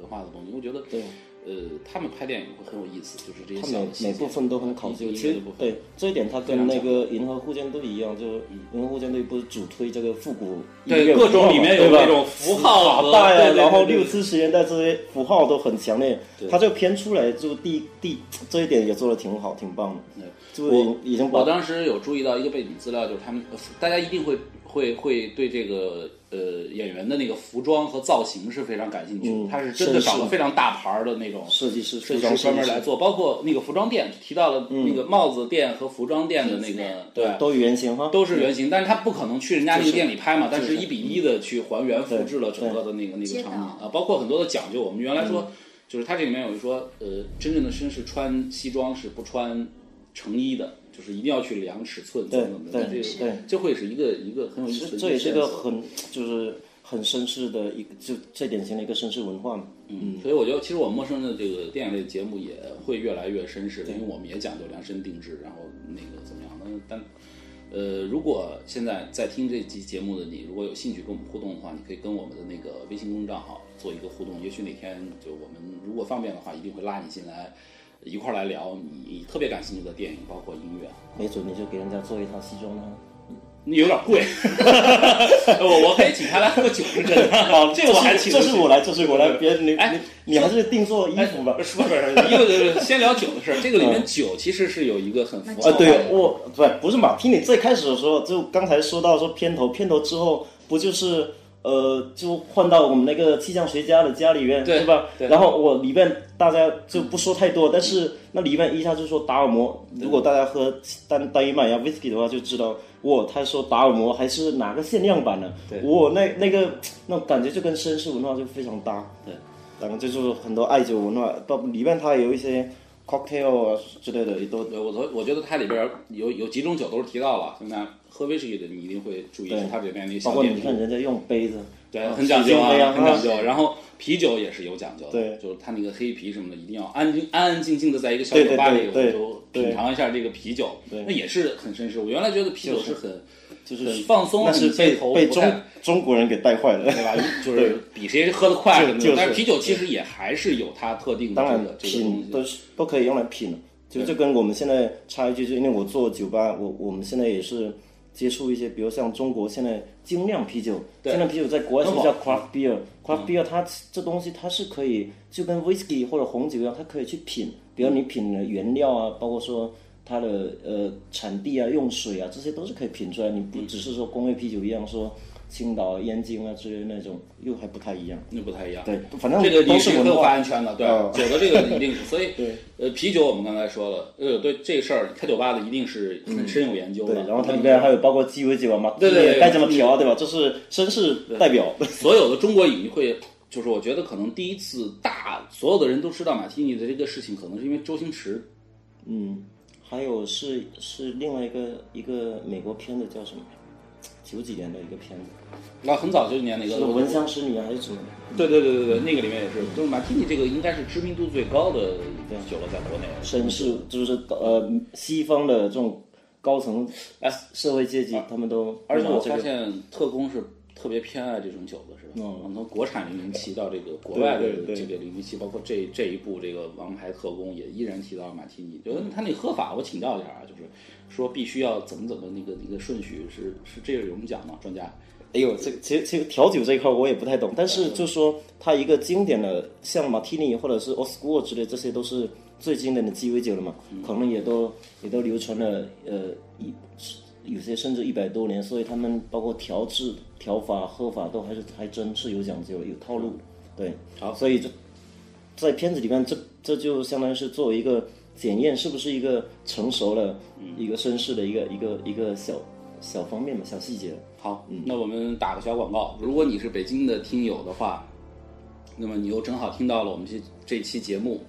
K: 文化的东西，我觉得
J: 对，
K: 呃，他们拍电影会很有意思，就是这些
J: 他
K: 小
J: 每
K: 的细节
J: 每部分都很考究，
K: 音
J: 其
K: 乐
J: 实
K: 的部分
J: 对这一点，他跟那个《银河护卫队》一样，就《银河护卫队》不是主推这个复古
K: 对
J: 音乐
K: 各种
J: 文化嘛
K: 里面有
J: 对吧
K: 那种符号啊
J: 卡带
K: 对对
J: 啊，
K: 对
J: 然后
K: 对对
J: 六七十年代这些符号都很强烈
K: 对，
J: 他这个片出来就第第这一点也做的挺好，挺棒的，就已
K: 我
J: 经已经把
K: 我当时有注意到一个背景资料，就是他们呃大家一定会会会对这个呃演员的那个服装和造型是非常感兴趣的，
J: 嗯
K: 他是真的找
J: 是
K: 了
J: 是
K: 非常大牌儿的那种
J: 设计师、服
K: 设计
J: 装
K: 师专
J: 设
K: 门
J: 计
K: 来
J: 师
K: 做，包括那个服装店提到
J: 嗯
K: 了那个帽子店和服装店的那个对。
J: 都原型哈，
K: 都是原型，但是他不可能去人家那个店里拍嘛，
J: 就
K: 但
J: 是
K: 是一比一的去还原复制了整个的那个那个
H: 街道
K: 场景啊，包括很多的讲究。我
J: 嗯
K: 们原来说，就是它这里面有一说，呃，真正的绅士穿西装是不穿成衣的，就是一定要去量尺寸等等
J: 对
K: 的，这
J: 对
K: 个这会是一个一个很有意思
J: 嗯这
K: 的一
J: 这也是
K: 线
J: 个
K: 索
J: 很就是很绅士的一个，就最典型的一个绅士文化嘛。
K: 嗯，所以我觉得，其实我们陌生的这个电影类节目也会越来越绅士，因为我们也讲究量身定制，然后那个怎么样？但是但呃，如果现在在听这期节目的你，如果有兴趣跟我们互动的话，你可以跟我们的那个微信公众账号做一个互动，也许哪天就我们如果方便的话，一定会拉你进来一块儿来聊你特别感兴趣的电影，包括音乐。
J: 没准你就给人家做一套西 装呢。啊
K: 你有点贵， 我我可以请他来喝酒，真的。哦这个我还请得
J: 这
K: 起，
J: 是我来，这是我来，别人你
K: 哎
J: 你你还是定做衣服吧。
K: 不是不 是，又又先聊酒的事儿。这个里面酒其实是有一个很浮
J: 嗯啊，
K: 躁的
J: 对，我不是不是马提尼，最开始的时候就刚才说到说片头，片头之后不就是呃就换到我们那个气象学家的家里面，
K: 对
J: 是吧？
K: 对
J: 然后我里面大家就不说太多，但是那里面一下就说达尔摩，如
K: 嗯
J: 果大家喝单单一麦芽 whisky 的话，就知道哇，他说达尔摩还是哪个限量版的，哇，那那个那种感觉就跟绅士文化就非常搭，对。然后这就是很多爱酒文化，包括里面它也有一些 cocktail 啊之类的，也都
K: 对我昨我觉得它里边有有几种酒都是提到了，现在喝威士忌的你一定会注意，
J: 对
K: 是它里面那个
J: 包
K: 小
J: 括
K: 点
J: 你看
K: 评，
J: 人家用杯子，
K: 对，
J: 啊
K: 很讲究啊，
J: 水晶杯
K: 很讲
J: 啊
K: 究。然后啤酒也是有讲究的，
J: 对
K: 就是它那个黑啤什么的，一定要安静安安静静的在一个小酒吧
J: 对
K: 里，
J: 对对
K: 我就品尝一下这个啤酒，
J: 对
K: 那也是很绅士。我原来觉得啤酒是很
J: 就是
K: 很放松，
J: 那是
K: 很街
J: 被
K: 头
J: 被
K: 不
J: 中
K: 太
J: 中国人给带坏 了，
K: 对吧？就是比谁喝得快什么
J: 就
K: 的。
J: 是
K: 但是啤酒其实也还是有它特定的
J: 当
K: 这
J: 然
K: 个这个东
J: 品
K: 西。
J: 都是都可以用来品，就
K: 对
J: 就跟我们现在插一句，就因为我做酒吧，我我们现在也是接触一些，比如像中国现在精酿啤酒，
K: 对嗯
J: 精酿啤酒在国外是不是
K: 那
J: 叫
K: 么
J: craft beer？craft beer 它这东西它是可以就跟 whisky 或者红酒一样，它可以去品，比如你品的原料啊，包括说。它的呃产地啊、用水啊，这些都是可以品出来。你不
K: 嗯
J: 只是说工业啤酒一样，说青岛啊、燕京啊之类的那种，又还不太一样。
K: 那不太一样。
J: 对反正
K: 这个
J: 都
K: 你
J: 是
K: 很
J: 文
K: 有
J: 化
K: 发言权的，对
J: 哦
K: 酒的这个一 定是。所以，呃，啤酒我们刚才说了，呃，对这事儿开酒吧的一定是很深有研究的。
J: 嗯对，然后它里面还有包括鸡尾酒啊、马提
K: 对对对
J: 该怎么调啊，对吧？这是绅士代表。
K: 所有的中国影迷会，就是我觉得可能第一次大所有的人都知道马提尼的这个事情，可能是因为周星驰
J: 嗯， 还有是是另外一个一个美国片子叫什么？九几年的一个片子，
K: 那很早就年那个
J: 是闻香识女啊还是什么？
K: 对对对对对，那个里面也是，就是马提尼这个应该是知名度最高的酒了，在国内。
J: 绅士就是呃西方的这种高层啊
K: 哎
J: 社会阶级，他们都
K: 而且我
J: 拿这个
K: 发现特工是特别偏爱这种酒的，是吧？嗯，从国产零零七到这个国
J: 对
K: 外的
J: 对对
K: 这个零零七，包括这这一部这个《王牌特工》也依然提到了马提尼。就是他那个喝法，我请教一下啊，就是说必须要怎么怎么那个那个顺序是是这个有人讲吗？专家？
J: 哎呦，这其实其实调酒这一块我也不太懂，但是就说它一个经典的，像马提尼或者是 o s c o r 之类，这些都是最经典的鸡尾酒了嘛，可能也都也都流传了呃一有些甚至一百多年，所以他们包括调制、调法、喝法都还是还真是有讲究、有套路，对，
K: 好
J: 所以这在片子里面，这这就相当于是作为一个检验是不是一个成熟了、一个绅士的一个一个一个小小方面嘛，小细节。
K: 好，
J: 嗯
K: 那我们打个小广告。如果你是北京的听友的话，那么你又正好听到了我们这这期节目，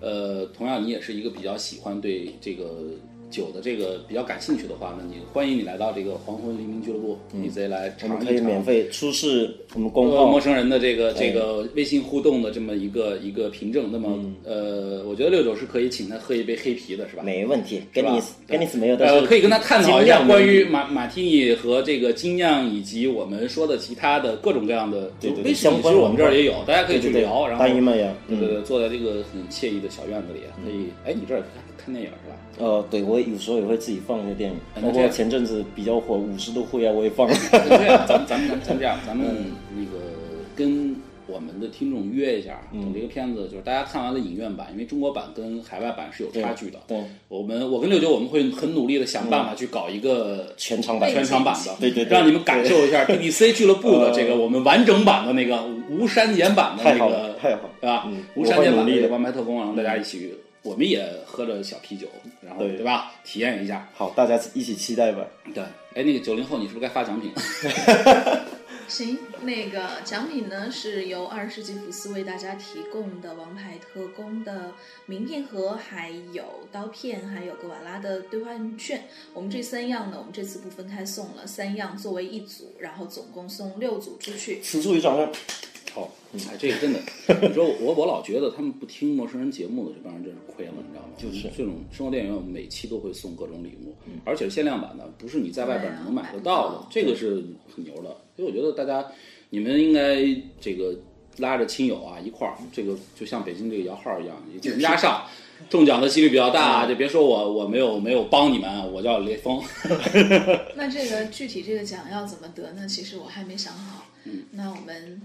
K: 呃，同样你也是一个比较喜欢对这个酒的这个比较感兴趣的话，那你欢迎你来到这个黄昏黎明俱乐部，你再来
J: 嗯我
K: 尝
J: 们可
K: 一
J: 以
K: 尝。
J: 免费出示我们公
K: 呃，
J: 号
K: 陌生人的这个这个微信互动的这么一个一个凭证，那么、呃，我觉得六九是可以请他喝一杯黑啤的，是吧？
J: 嗯没问题，
K: 是
J: 跟
K: 吧
J: 你跟你是没有，但
K: 呃，
J: 是
K: 可以跟他探讨一
J: 尽
K: 下
J: 量
K: 关于马马提尼和这个精酿以及我们说的其他的各种各样的，
J: 对对
K: 威
J: 对
K: 士忌
J: 相
K: 其
J: 关
K: 实我
J: 文
K: 们这
J: 化
K: 儿也有，大家可以
J: 对
K: 去
J: 对对
K: 聊，然后
J: 大姨们呀
K: 对
J: 嗯
K: 对对，坐在这个很惬意的小院子里，可以，哎，你这儿也看看电影是吧？
J: 呃，对我有时候也会自己放一些电影，
K: 啊那
J: 包
K: 这
J: 括
K: 样
J: 前阵子比较火《五十度会》啊，我也 放。
K: 这样，咱们咱们咱们这样，咱们
J: 嗯
K: 那个跟我们的听众约一下，
J: 嗯
K: 等这个片子就是大家看完了影院版，因为中国版跟海外版是有差距的。
J: 对，
K: 我们我跟六九我们会很努力的想办法去搞一 个
J: 全场版
K: 全场版的，
J: 对对对呃
K: 让你们感受一下 BBC 俱乐部的这个我们完整版的那个无删减版的那
J: 太好
K: 个
J: 了，太好了，
K: 对吧
J: 嗯？
K: 无删减版
J: 我会努力
K: 的
J: 的嗯
K: 王牌特工，啊然后大家一起，我们也喝着小啤酒，然后
J: 对
K: 对吧？体验一下。
J: 好，大家一起期待吧。
K: 对，哎，那个九零后，你是不是该发奖品？
I: 行，那个奖品呢是由二十世纪福斯为大家提供的《王牌特工》的名片盒，还有刀片，还有格瓦拉的兑换券。我们这三样呢，我们这次不分开送了，三样作为一组，然后总共送六组出去。
J: 此处有掌声。
K: 好，哎，这个 真的，你说我我老觉得他们不听陌生人节目的这帮人真是亏了，你知道吗？就是这种生活电影院，我们每期都会送各种礼物，而且是限量版的，不是你在外边能买得到的，这个是很牛的。所以我觉得大家，你们应该这个拉着亲友啊一块儿，这个就像北京这个摇号一样，你们家上。中奖的几率比较大，就别说我我没有没有帮你们啊，我叫雷锋。
I: 那这个具体这个奖要怎么得呢？其实我还没想好。那我们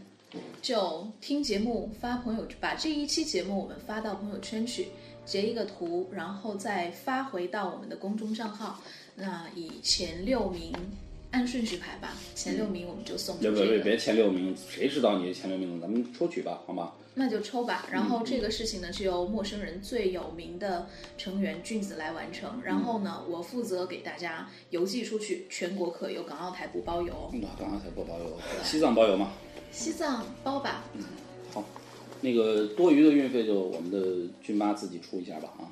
I: 就听节目发朋友，把这一期节目我们发到朋友圈去，截一个图，然后再发回到我们的公众账号。那以前六名按顺序排吧，前六名我们就送出
K: 别
I: 这
K: 别别别
I: 个，
K: 前六名，谁知道你前六名？咱们抽取吧，好吗？
I: 那就抽吧。然后这个事情呢是由陌生人最有名的成员俊子来完成，然后呢我负责给大家邮寄出去，全国可邮，港澳台不包邮哦。
K: 那刚刚才不包邮，西藏包邮吗？
I: 西藏包吧，
K: 好，那个多余的运费就我们的军妈自己出一下吧啊。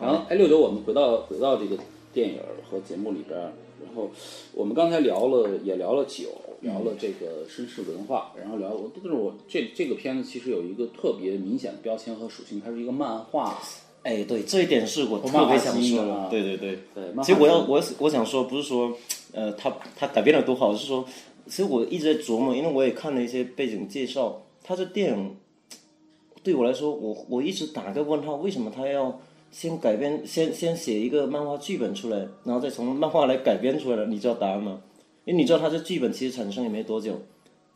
K: 然后哎，六九，我们回到回到这个电影儿和节目里边儿，然后我们刚才聊了，也聊了酒，聊了这个绅士文化，然后聊我，但是我这这个片子其实有一个特别明显的标签和属性，它是一个漫画。
J: 哎，对，这一点是我
K: 我
J: 特别
K: 漫画
J: 想
K: 基因
J: 说
K: 啊
J: 的。对对对。
K: 对，漫画
J: 其实我要
K: 基因
J: 我我想说，不是说，呃，他他改编的多好，是说，其实我一直在琢磨，因为我也看了一些背景介绍，他这电影对我来说，我我一直打个问号，为什么他要先改编，先先写一个漫画剧本出来，然后再从漫画来改编出来了？你知道答案吗？因为你知道他这剧本其实产生也没多久。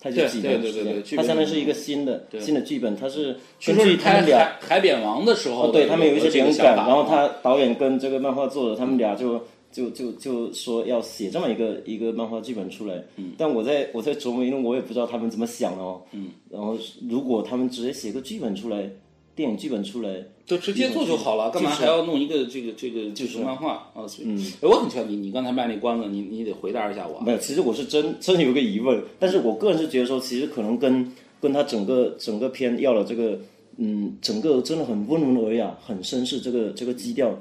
J: 它就
K: 对
J: 几
K: 对
J: 年
K: 对
J: 时
K: 对对
J: 间，
K: 剧
J: 它
K: 本嗯
J: 相当于是一个新的
K: 对
J: 新的剧本，它是
K: 据
J: 根
K: 说是
J: 据他
K: 拍
J: 们
K: 海
J: 俩
K: 海海扁王的时候
J: 哦，
K: 的，
J: 对他们有一些
K: 这个
J: 灵
K: 想
J: 感，
K: 法
J: 然后他导演跟这个漫画作者，他们俩就就就就说要写这么一个一个漫画剧本出来。但我在我在琢磨，因为我也不知道他们怎么想的哦。
K: 嗯。
J: 然后如果他们直接写个剧本出来，电影剧本出来，
K: 就直接做就好了，干嘛
J: 就是嗯
K: 还要弄一个这个这个就是漫画啊？所以，哎我很劝你，你刚才卖那关子，你你得回答一下我啊。
J: 没有，其实我是真真有个疑问，但是我个人是觉得说，其实可能跟跟他整个整个片要了这个，嗯，整个真的很温文尔雅、很绅士这个这个基调，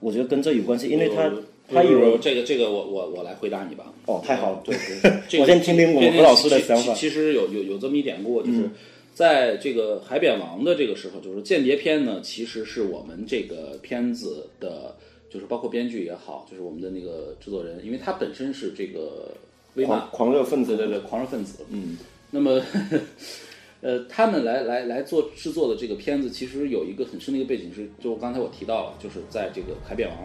J: 我觉得跟这有关系，因为他
K: 呃
J: 他
K: 不是不
J: 有
K: 是这个这个我我我来回答你吧。
J: 哦，太好了，
K: 对，对这个
J: 我先听听我
K: 这
J: 们
K: 个
J: 何老师的想
K: 其
J: 法嗯
K: 其。其实有有有这么一典故，就是在这个《海扁王》的这个时候，就是间谍片呢，其实是我们这个片子的，就是包括编剧也好，就是我们的那个制作人，因为他本身是这个威马
J: 狂狂热分子，
K: 对对对，狂热分子。
J: 嗯，
K: 那么， 呃，他们来来来做制作的这个片子，其实有一个很深的一个背景是，就刚才我提到了，就是在这个《海扁王》，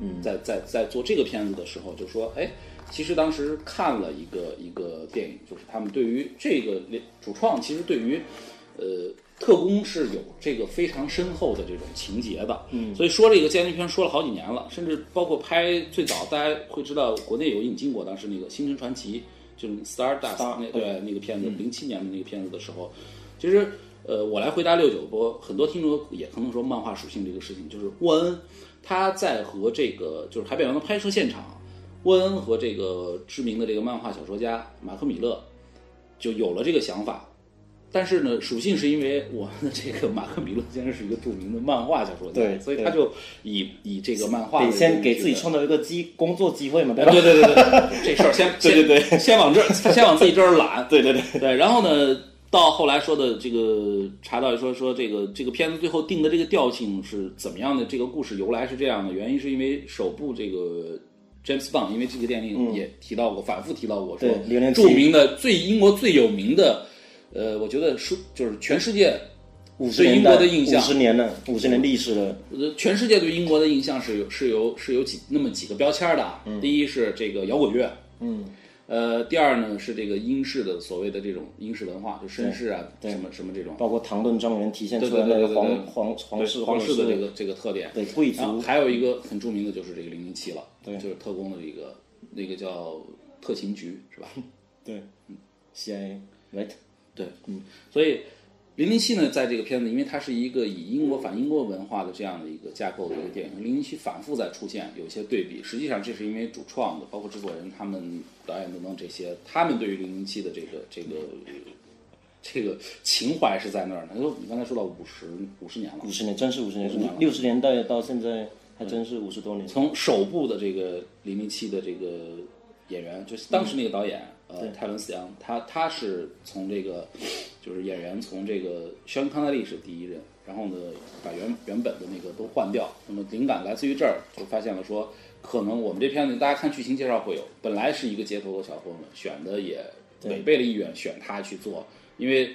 K: 嗯，在在在做这个片子的时候，就说，哎，其实当时看了一个一个电影，就是他们对于这个主创，其实对于，呃。特工是有这个非常深厚的这种情节的，嗯，所以说这个间谍片说了好几年了，甚至包括拍最早大家会知道国内有引进过，当时那个《星辰传奇》，就是那个 Stardust
J: Star-
K: 那对嗯那个片子，零七年的那个片子的时候，其实呃，我来回答六九波，很多听众也可能说漫画属性这个事情，就是沃恩他在和这个就是《海扁王》的拍摄现场，沃恩和这个知名的这个漫画小说家马克米勒就有了这个想法。但是呢，属性是因为我们的这个马克米勒先生是一个著名的漫画小说家，
J: 对
K: 所以
J: 对
K: 他就以以这个漫画
J: 得
K: 为
J: 先给
K: 这
J: 自己
K: 个
J: 创造一个机工作机会嘛，对吧？
K: 对对对 对，这事儿先
J: 对对
K: 先先往这儿， 先往自己这儿揽。
J: 对对对，
K: 对，然后呢，到后来说的这个查到说说这个这个片子最后定的这个调性是怎么样的？这个故事由来是这样的，原因是因为首部这个 James Bond，因为这个电影也提到过，反复提到过说
J: 嗯对零零七
K: 著名的最英国最有名的，呃，我觉得是就是全世界
J: 五十
K: 对
J: 年
K: 英国
J: 代
K: 的印象
J: 五十年了，五十年历史了，
K: 呃，全世界对英国的印象是有是有是有几那么几个标签儿的啊。第一是这个摇滚乐，
J: 嗯，
K: 呃，第二呢是这个英式的所谓的这种英式文化，就绅士啊，
J: 对
K: 什么什么这种，
J: 包括唐顿庄园体现
K: 对
J: 出
K: 对
J: 来
K: 对
J: 那个
K: 对对，
J: 皇
K: 对
J: 皇皇
K: 对
J: 室
K: 皇
J: 或者
K: 室的
J: 是
K: 这个这个特点。
J: 对贵
K: 然后
J: 族，
K: 还有一个很著名的就是这个零零七了，
J: 对
K: 就是特工的一个那个叫特勤局是吧？
J: 对，CIA right，
K: 对，嗯，所以零零七呢，在这个片子，因为它是一个以英国反英国文化的这样的一个架构的一个电影，零零七反复在出现，有一些对比。实际上，这是因为主创的，包括制作人、他们导演等等这些，他们对于零零七的这个这个这个情怀是在那儿的。因为你刚才说到五十五十年了，
J: 五十年真是五十
K: 50年了
J: 年，六十年代到现在还真是五十多年。
K: 从首部的这个零零七的这个演员，就是当时那个导演、呃
J: 嗯对
K: 泰伦·斯扬，他他是从这个就是演员从这个肖恩·康奈利是第一任，然后呢把原原本的那个都换掉，那么灵感来自于这儿，就发现了说可能我们这片子大家看剧情介绍会有，本来是一个街头的小混混，选的也
J: 对
K: 违背了意愿，选他去做，因为。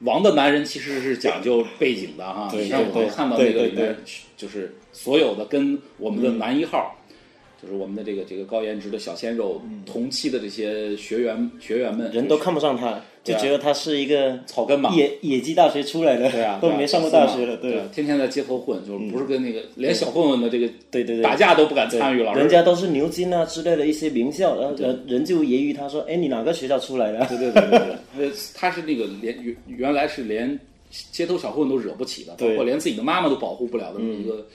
K: 王的男人其实是讲究背景的哈，
J: 对
K: 像我
J: 对
K: 们看到那
J: 对
K: 个
J: 对
K: 里面
J: 对，
K: 就是所有的跟我们的男一号，
J: 嗯
K: 就是我们的这个这个高颜值的小鲜肉，同期的这些学员学员们，
J: 人都看不上他，
K: 对
J: 就
K: 啊
J: 觉得他是一个
K: 草根嘛
J: 野野鸡大学出来的，
K: 对啊，
J: 都
K: 对啊
J: 没上过大学
K: 屌丝
J: 的，
K: 嘛
J: 对嗯
K: 对啊，天天在街头混，就是不是跟那个连小混混的这个
J: 对对对，
K: 打架都不敢参与了，
J: 对人家都是牛津啊之类的一些名校，然后
K: 对
J: 人人就揶揄他说：“哎，你哪个学校出来的？”
K: 对对对对对， 呃，他是那个连原原来是连街头小混都惹不起的，包
J: 对嗯
K: 括连自己的妈妈都保护不了的这么一个，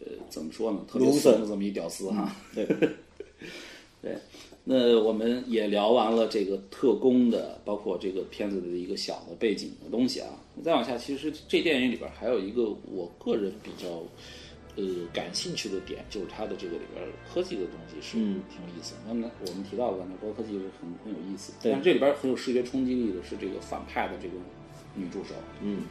K: 呃，怎么说呢，特别
J: Loser
K: 怂的这么一屌丝哈。
J: 对
K: 对，那我们也聊完了这个特工的，包括这个片子的一个小的背景的东西啊。再往下，其实这电影里边还有一个我个人比较。呃，感兴趣的点就是它的这个里边科技的东西是
J: 嗯
K: 挺有意思的。那、么我们提到的，那高科技是很很有意思的。
J: 对
K: 但这里边很有视觉冲击力的是这个反派的这个女助手，
J: 嗯，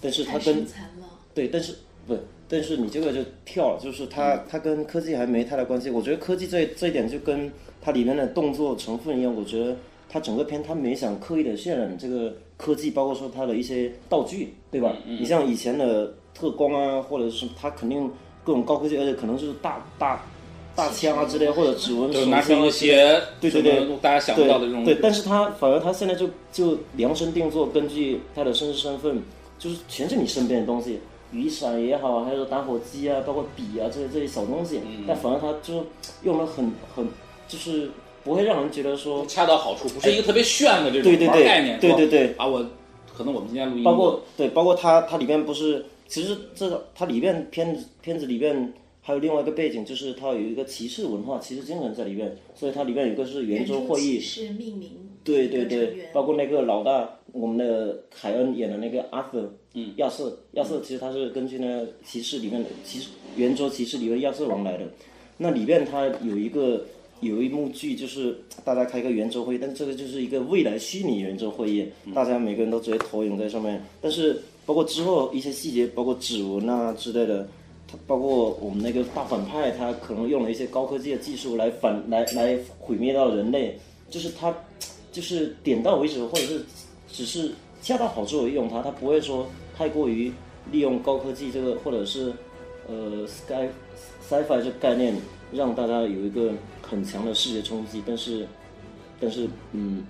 J: 但是他
H: 太
J: 跟
H: 身残了，
J: 对，但是不，但是你这个就跳了，就是他、
K: 嗯
J: 他跟科技还没太大关系。我觉得科技这这一点就跟它里面的动作成分一样，我觉得它整个片它没想刻意的渲染这个科技，包括说它的一些道具，对吧？
K: 嗯
J: 你像以前的特工啊，或者是他肯定各种高科技，而且可能就是大大大枪啊之类，或者指纹
K: 就是
J: 手
K: 拿出
J: 枪
K: 一
J: 啊之类的
K: 些
J: 对对对
K: 什么大家想不到的这种
J: 对，对但是他反而他现在就就量身定做，根据他的身世身份，就是全是你身边的东西，雨伞也好，还有打火机啊，包括笔啊这些这些小东西，但反而他就用了很很就是不会让人觉得说，嗯
K: 恰到好处，不是一个特别炫的这
J: 对
K: 种
J: 对
K: 玩
J: 对
K: 概念，
J: 对
K: 说
J: 对对
K: 啊，我可能我们今天录音，
J: 包括对，包括他他里面不是，其实这个他里面片子片子里面。还有另外一个背景，就是它有一个骑士文化、骑士精神在里面，所以它里面有一个是圆桌会议，
H: 是命名
J: 对对
H: 一个成
J: 对
H: 员，
J: 包括那个老大，我们的凯恩演的那个阿瑟，嗯，亚瑟，亚瑟其实他是根据那个骑士里面的骑士圆桌骑士里面亚瑟王来的。那里面他有一个有一幕剧，就是大家开一个圆桌会议，但这个就是一个未来虚拟圆桌会议，大家每个人都直接投影在上面。但是包括之后一些细节，包括指纹啊之类的，他包括我们那个大反派，他可能用了一些高科技的技术来反来来毁灭到人类，就是他就是点到为止，或者是只是恰到好处的用它，它不会说太过于利用高科技这个或者是呃 sky sci-fi 这个概念，让大家有一个很强的视觉冲击，但是但是嗯，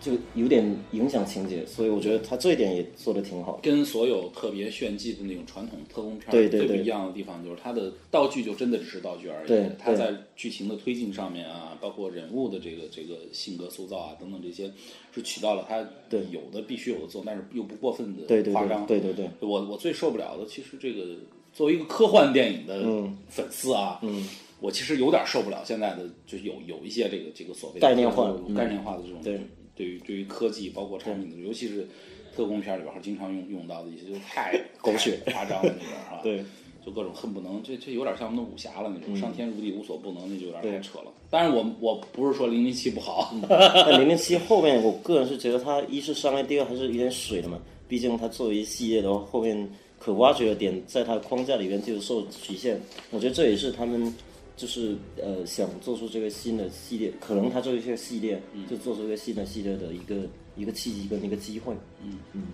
J: 就有点影响情节，所以我觉得他这一点也做的挺好的。
K: 跟所有特别炫技的那种传统特工片儿
J: 对对
K: 最
J: 对
K: 不一样的地方，就是它的道具就真的只是道具而已。
J: 对
K: 它
J: 对
K: 在剧情的推进上面啊，包括人物的这个这个性格塑造啊等等这些，是起到了它
J: 对
K: 有的必须有的作用，但是又不过分的
J: 对对
K: 夸张。
J: 对对对
K: 我我最受不了的，其实这个作为一个科幻电影的
J: 嗯
K: 粉丝啊，
J: 嗯
K: 我其实有点受不了现在的，就有有一些这个这个所谓的
J: 概念化嗯
K: 概念化的这种
J: 对
K: 对于对于科技包括产品的，尤其是特工片儿里边儿经常用用到的一些，就太
J: 狗血
K: 太夸张了那边儿啊，
J: 对，嗯
K: 就各种恨不能，这这有点像我们的武侠了那种，上天入地无所不能，那就有点
J: 对
K: 太扯了。当然我，我不是说零零七不好，
J: 那零零七后面，我个人是觉得它一是商业，第二还是有点水的嘛。毕竟它作为一系列的话，后面可挖掘的点在它框架里面就受局限。我觉得这也是他们就是呃想做出这个新的系列，可能它这一些系列就做出一个新的系列的一个一个契机跟一个机会。嗯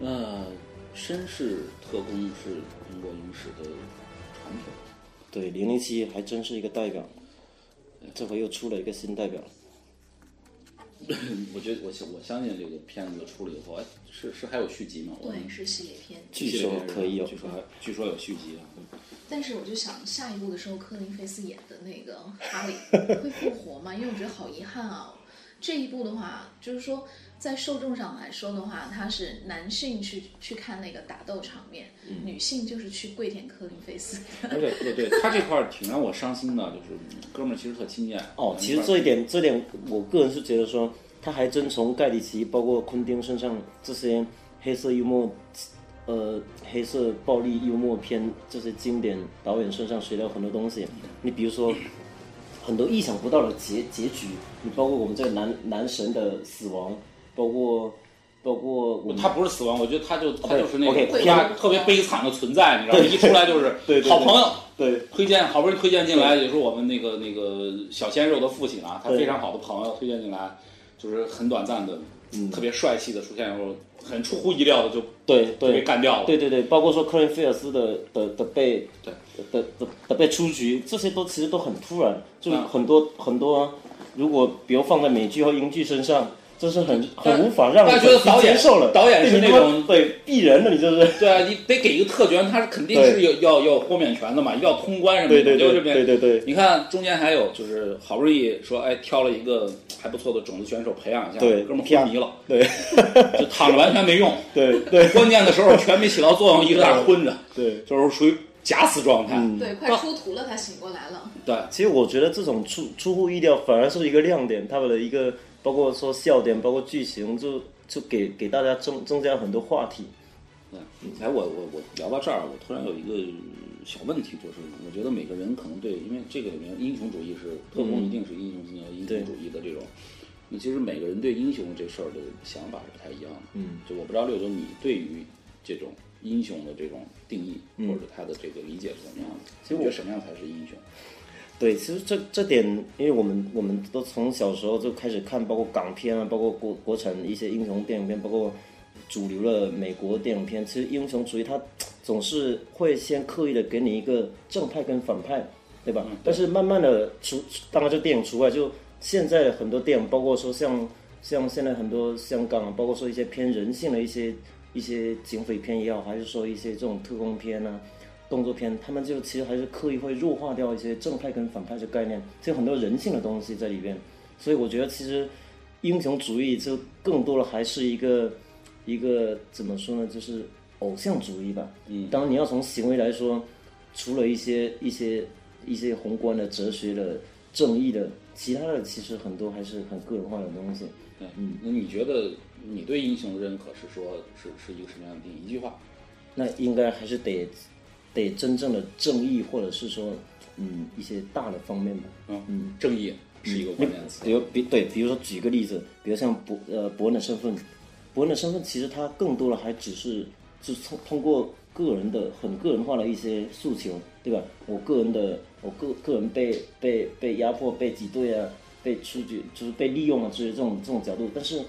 K: 呃，绅士特工是中国影史的传统。
J: 对，零零七还真是一个代表，这回又出了一个新代表。
K: 我觉得我相我相信这个片子出了以后，哎，是是还有续集吗？我
H: 对，是系列片。
J: 据说可以有啊
K: 据说还据说有续集啊。
H: 但是我就想，下一部 的时候，科林菲斯演的那个哈利会复活吗？因为我觉得好遗憾啊，
I: 这一部的话，就是说在受众上来说的话，它是男性去去看那个打斗场面，
K: 嗯
I: 女性就是去跪舔科林菲斯。
K: 而且对对，他这块儿挺让我伤心的，就是哥们儿其实特亲建
J: 哦，其实这一点，这点我个人是觉得说，他还真从盖里奇包括昆汀身上这些黑色幽默，呃，黑色暴力幽默片这些经典导演身上学到很多东西。
K: 嗯
J: 你比如说，很多意想不到的结结局，你包括我们这个男男神的死亡，包括包括我们
K: 他不是死亡，我觉得他就他就是那
J: OK，
K: 个特大
J: 对
K: 特别悲惨的存在，你知道吗？
J: 对
K: 一出来就是
J: 对对对
K: 好朋友，
J: 对，
K: 推荐好不容易推荐进来，也是我们那个那个小鲜肉的父亲啊，他
J: 对
K: 非常好的朋友推荐进来，就是很短暂的，特别帅气的出现，然后很出乎意料的就
J: 嗯对对
K: 就被干掉了。
J: 对对对，包括说克林菲尔斯的的的被
K: 对
J: 的的的被出局，这些都其实都很突然，就是
K: 嗯
J: 很多、很多，如果比如放在美剧和英剧身上，这是很
K: 但
J: 很无法让
K: 但
J: 人
K: 觉得导演
J: 接受了。
K: 导演
J: 对
K: 是那
J: 你不能
K: 种
J: 对鄙人的，你就是
K: 对啊，你得给一个特权，他是肯定是有要要豁免权的嘛，一定要通关什么的。
J: 对对对
K: 就这边
J: 对对对
K: 你看中间还有就是好不容易说哎挑了一个还不错的种子选手培养一下，
J: 对
K: 哥们儿昏迷了，
J: 对，
K: 就躺着完全没用，
J: 对对，
K: 关键的时候全没起到作用，一直在那儿昏着，
J: 对，
K: 就是属于假死状态。
J: 嗯 哦
M: 对，快出图了，他醒过来了。
K: 对，
J: 其实我觉得这种出出乎意料反而是一个亮点，他们的一个包括说笑点，包括剧情，就就给给大家增增加很多话题。
K: 嗯哎，我我我聊到这儿，我突然有一个小问题，就是我觉得每个人可能对，因为这个里面英雄主义是特工
J: 嗯
K: 一定是英雄精英、英雄主义的这种，那其实每个人对英雄这事儿的想法是不太一样的。
J: 嗯
K: 就我不知道六九你对于这种英雄的这种定义、
J: 嗯
K: 或者他的这个理解是怎么样的？
J: 其实
K: 你
J: 我
K: 觉得什么样才是英雄？
J: 对，其实这这点，因为我们我们都从小时候就开始看，包括港片啊，包括国国产一些英雄电影片，包括主流的美国电影片。其实英雄主义它总是会先刻意的给你一个正派跟反派，对吧？但是慢慢的除，当然就电影除外，就现在很多电影，包括说像像现在很多香港啊，包括说一些偏人性的一些一些警匪片也好，还是说一些这种特工片啊。动作片，他们就其实还是刻意会弱化掉一些正派跟反派的概念，就很多人性的东西在里边。所以我觉得其实英雄主义就更多的还是一个一个怎么说呢，就是偶像主义吧。
K: 嗯
J: 当然你要从行为来说，除了一些一些一些宏观的哲学的正义的，其他的其实很多还是很个人化的东西。
K: 对，
J: 嗯
K: 那你觉得你对英雄的认可是说是是一个什么样的定义？一句话？
J: 那应该还是得得真正的正义，或者是说，嗯，一些大的方面吧。
K: 嗯
J: 嗯，
K: 正义是一个关键词。
J: 比如，比对，比如说举个例子，比如像伯呃伯恩的身份，伯恩的身份其实他更多的还只是就通通过个人的很个人化的一些诉求，对吧？我个人的我个个人被被被压迫、被挤兑啊、被出局，就是被利用啊，就是这种这种角度。但是，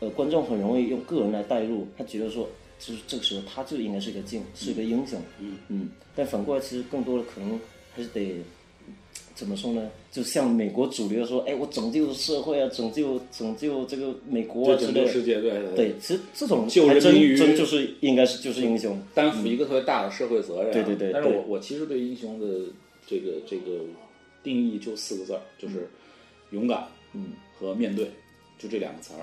J: 呃，观众很容易用个人来代入，他觉得说，就是这个时候他就应该是个镜，是个英雄。
K: 嗯
J: 嗯，但反过来，其实更多的可能还是得怎么说呢？就像美国主流说，哎，我拯救社会啊，拯救拯救这个美国啊
K: 对
J: 之
K: 拯
J: 类
K: 救
J: 的。
K: 世界对对对
J: 对，其实这种
K: 救
J: 还
K: 人
J: 真
K: 民于
J: 真就是应该是就是英雄，
K: 担负一个特别大的社会责任啊、
J: 对对对
K: 但是我
J: 对
K: 我其实对英雄的这个这个定义就四个字儿，就是勇敢
J: 嗯
K: 和面对，就这两个词儿。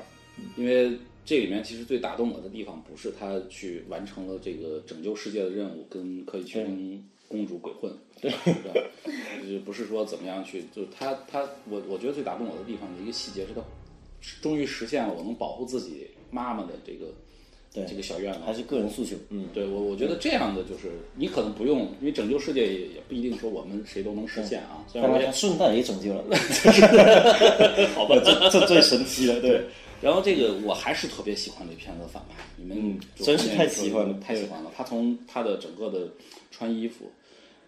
K: 因为这里面其实最打动我的地方，不是他去完成了这个拯救世界的任务，跟可以去跟公主鬼混，对吧？ 就是不是说怎么样去，就是他他我我觉得最打动我的地方的一个细节是他终于实现了我能保护自己妈妈的这个。
J: 对
K: 这个小愿望
J: 还是个人诉求。嗯，
K: 对我，我觉得这样的就是你可能不用，因为拯救世界也也不一定说我们谁都能实现啊。虽
J: 当
K: 然我
J: 然
K: 也
J: 他顺带也拯救了，
K: 好吧，
J: 这这最神奇 了，对。
K: 然后这个我还是特别喜欢这片子的反派，你们
J: 嗯
K: 就
J: 真是太喜欢了
K: 太喜欢了。他从他的整个的穿衣服，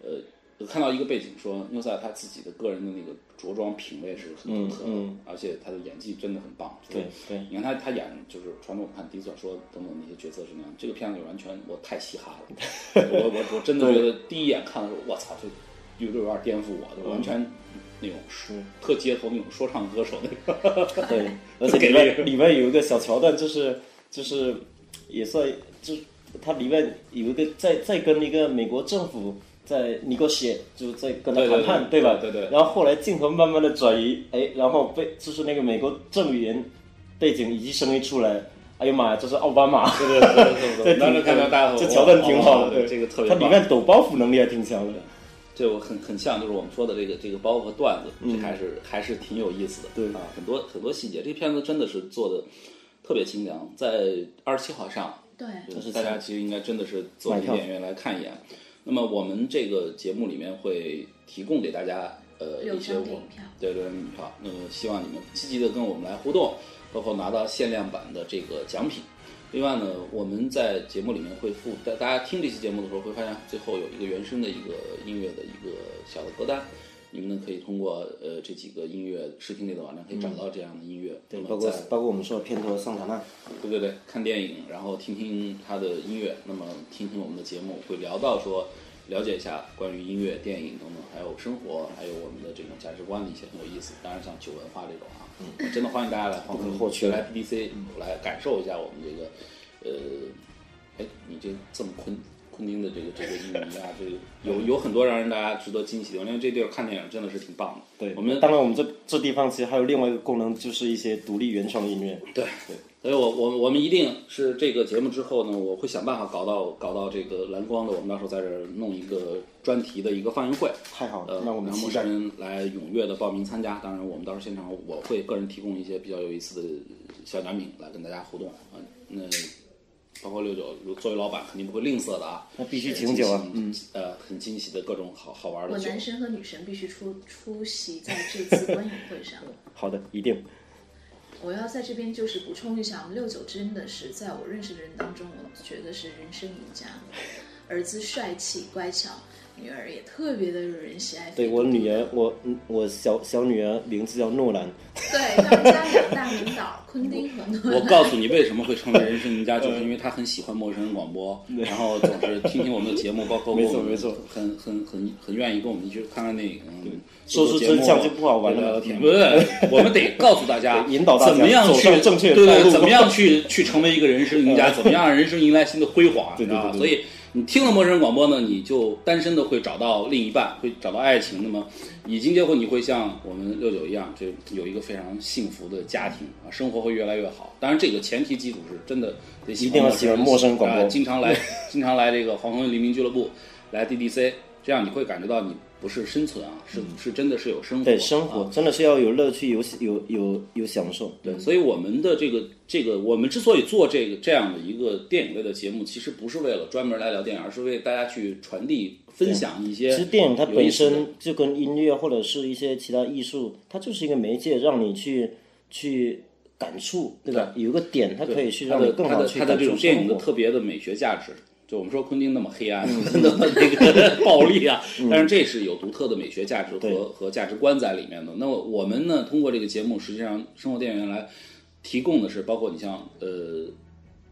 K: 呃，我看到一个背景说，妞塞他自己的个人的那个着装品味是很独特的，
J: 嗯嗯
K: 而且他的演技真的很棒。
J: 对
K: 对，你看他他演就是传统我看迪索说等等那些角色是那样，这个片子完全我太嘻哈了，我我我真的觉得第一眼看的时候，我操，这有点有点颠覆我，就完全那种
J: 嗯
K: 特街头那种说唱歌手那个。
J: 对，而且
K: 给
J: 里
K: 力
J: 面里面有一个小桥段，就是就是也算就是它里面有一个在在跟一个美国政府在 negotiate，就是在跟他
K: 对对
J: 谈判，
K: 对
J: 吧？
K: 对对对
J: 然后后来镜头慢慢的转移，哎，然后被就是那个美国正语背景一声音出来，哎呀妈呀，这是奥巴马，
K: 对对对
J: 这
K: 对
J: 挺
K: 当时看到大家都
J: 这桥段挺好
K: 哇
J: 的，对
K: 哦这个特别
J: 它
K: 棒
J: 里面抖包袱能力还挺强的。
K: 这我很很像，就是我们说的这个这个包袱和段子，这还是、还是挺有意思的。
J: 对
K: 啊，很多很多细节，这片子真的是做的特别精良，在二十七号上，
I: 对
K: 就是大家其实应该真的是作为
J: 买票
K: 演员来看一眼。那么我们这个节目里面会提供给大家呃
I: 六
K: 一些
I: 张
K: 我
I: 电影票
K: 对六张电影票，那么希望你们积极的跟我们来互动，包括拿到限量版的这个奖品。另外呢，我们在节目里面会附，大大家听这期节目的时候会发现，最后有一个原声的一个音乐的一个小的歌单，你们呢可以通过呃这几个音乐视听类的网啊站可以找到这样的音乐，
J: 对，嗯
K: 那么
J: 包括
K: 在
J: 包括我们说的片头桑塔纳，
K: 对对对，看电影，然后听听他的音乐，那么听听我们的节目，会聊到说了解一下关于音乐、电影等等，还有生活，还有我们的这种价值观的一些很有意思。当然像酒文化这种啊，
J: 嗯
K: 真的欢迎大家来
J: 不可
K: 黄
J: 或缺
K: 泉来 BBC 来感受一下我们这个呃，哎，你这这么昆昆汀的这个这个影迷啊，这个有有很多让人大家值得惊喜的地方，因为这地儿看电影真的是挺棒的。
J: 对，
K: 我们
J: 当然我们这这地方其实还有另外一个功能，就是一些独立原创音乐。
K: 对对，所以我我我们一定是这个节目之后呢，我会想办法搞到搞到这个蓝光的，我们到时候在这儿弄一个专题的一个放映会。
J: 太好了
K: 呃，
J: 那我们
K: 让
J: 期
K: 陌
J: 待
K: 生人来踊跃的报名参加。当然，我们到时候现场我会个人提供一些比较有意思的小奖品来跟大家互动啊。那包括六九，如作为老板肯定不会吝啬的啊，
J: 那必须请酒啊
K: 嗯，呃，很惊喜的各种好好玩
I: 我
K: 的酒。
I: 男神和女神必须出出席在这次观影会上。
J: 好的，一定。
I: 我要在这边就是补充一下，我们六九真的是在我认识的人当中，我觉得是人生赢家，儿子帅气乖巧，女儿也特别的惹人喜爱。
J: 对我女儿，我嗯我小小女儿名字叫诺兰，
I: 对，他们家 两大名导昆汀和诺
K: 我
I: 兰。
K: 告诉你为什么会成为人生赢家，就是因为他很喜欢陌生人广播，然后总是听听我们的节目，包括
J: 没错
K: 我们
J: 没错
K: 很很很很愿意跟我们一起去看看嗯电影。
J: 说出真相就不好玩了
K: 聊聊天不是，我们得告诉大家，
J: 引导大家
K: 怎么样
J: 走
K: 去
J: 上正确的
K: 对
J: 道路
K: 对，怎么样去去成为一个人生赢家，怎么样让人生迎来新的辉煌，
J: 呃对对对
K: 啊
J: 对
K: 所以你听了陌生人广播呢，你就单身的会找到另一半，会找到爱情。那么已经结婚，你会像我们六九一样，就有一个非常幸福的家庭啊，生活会越来越好。当然，这个前提基础是真的得喜
J: 一定要喜欢陌生
K: 人
J: 广播
K: 啊 经常来，经常来这个黄昏黎明俱乐部，来 DDC，这样你会感觉到你不是生存啊，是是真的是有生活，
J: 嗯
K: 啊
J: 对生活真的是要有乐趣，有有有有享受。
K: 对，所以我们的这个这个，我们之所以做这个这样的一个电影类的节目，其实不是为了专门来聊电影，而是为大家去传递、分享一些。
J: 其实电影它
K: 有
J: 本
K: 意思的
J: 身就跟音乐或者是一些其他艺术，它就是一个媒介，让你去去感触，对吧？有一个点，它
K: 对
J: 可以去
K: 它
J: 让
K: 的
J: 你更好地去
K: 它的它的
J: 感
K: 这
J: 触
K: 种电影
J: 生
K: 的
J: 活。
K: 特别的美学价值。就我们说昆汀那么黑暗，
J: 嗯
K: 那么那个暴 力啊，但是这是有独特的美学价值
J: 对
K: 和和价值观在里面的。那么我们呢，通过这个节目，实际上生活电影院来提供的是，包括你像呃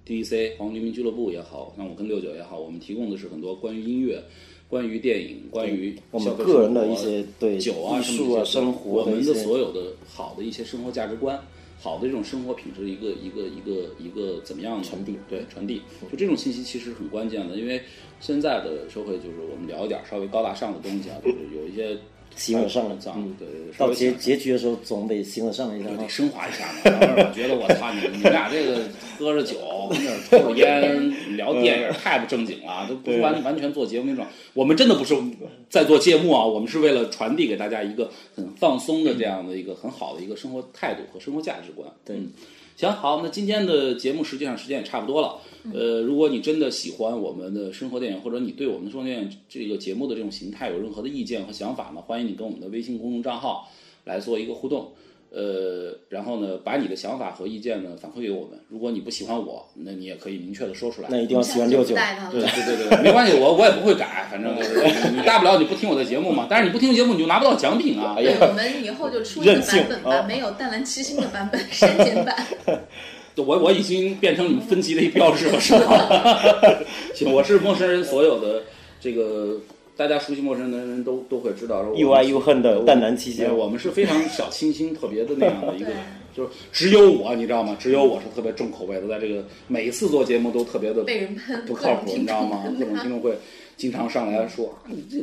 K: DDC 黄黎明俱乐部也好，像我跟六九也好，我们提供的是很多关于音乐、关于电影、关于
J: 我们
K: 消费
J: 个人的
K: 生活
J: 一些对
K: 酒啊、
J: 艺
K: 什么
J: 术
K: 这
J: 啊
K: 些
J: 生活
K: 我
J: 的
K: 们
J: 一
K: 的
J: 些
K: 所有的好的一些生活价值观。好的这种生活品质的一个一个一个一个怎么样传递？对，传递。
J: 嗯
K: 就这种信息其实很关键的，因为现在的社会就是我们聊一点稍微高大上的东西啊，就是有一些
J: 形而上了，嗯
K: 上，嗯对对对，稍
J: 到
K: 微
J: 结
K: 想
J: 结局的时候，总得形而上一下，得
K: 升华一下嘛。当时我觉得我操你们你们俩这个喝着酒 跟那儿抽着烟聊电影太不正经了，都不是完完全做节目那种。我们真的不是在做节目啊，我们是为了传递给大家一个很放松的这样的一个很好的一个生活态度和生活价值观。对。行，好，那今天的节目实际上时间也差不多了。呃，如果你真的喜欢我们的生活电影，或者你对我们的生活电影这个节目的这种形态有任何的意见和想法呢，欢迎你跟我们的微信公众账号来做一个互动。呃，然后呢，把你的想法和意见呢反馈给我们。如果你不喜欢我，那你也可以明确的说出来。
J: 那一定 要喜欢六九
K: 对对对对，没关系，我我也不会改，反正就是你大不了你不听我的节目嘛。但是你不听节目，你就拿不到奖品啊。
I: 对，我们以后就出一个版本吧，没有淡蓝七星的版本，删减 版。
K: 我我已经变成你们分级的一标志了，是吧？行，我是陌生人，所有的这个大家熟悉陌生人的人都都会知道，说我们
J: 又爱又恨的淡然七
K: 哎
J: 星。
K: 我们是非常小清新、特别的那样的 一个，就是只有我，你知道吗？只有我是特别重口味的，在这个每一次做节目都特别的
I: 被人喷
K: 不靠谱，你知道吗？各种听众会经常上来说啊，你这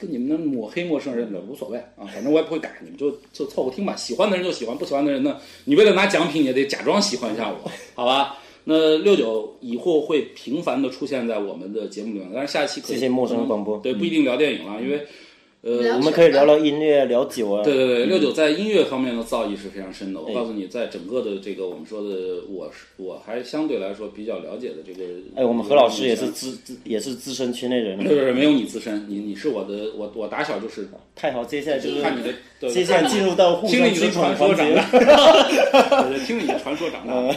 K: 跟你们那抹黑陌生人的无所谓啊，反正我也不会改，你们就就凑合听吧。喜欢的人就喜欢，不喜欢的人呢，你为了拿奖品也得假装喜欢一下我，好吧？那六九以后会频繁的出现在我们的节目里面，但是下期可以嗯
J: 谢谢陌生广播嗯
K: 对，不一定聊电影了，因为呃，
J: 我们可以聊聊音乐，聊酒啊。
K: 对对对，六九在音乐方面的造诣是非常深的。我告诉你，在整个的这个我们说的，我是我还相对来说比较了解的这个。
J: 哎，我们何老师也是资资也是资深圈内人。
K: 不是不是，没有你资深，你你是我的，我我打小就是。
J: 太好，接下来就是
K: 看你的，对
J: 接下来进入到互
K: 听
J: 相
K: 你的
J: 吹捧
K: 传
J: 环
K: 说长
J: 节。嗯
K: 大，对听你的传说长大，呃，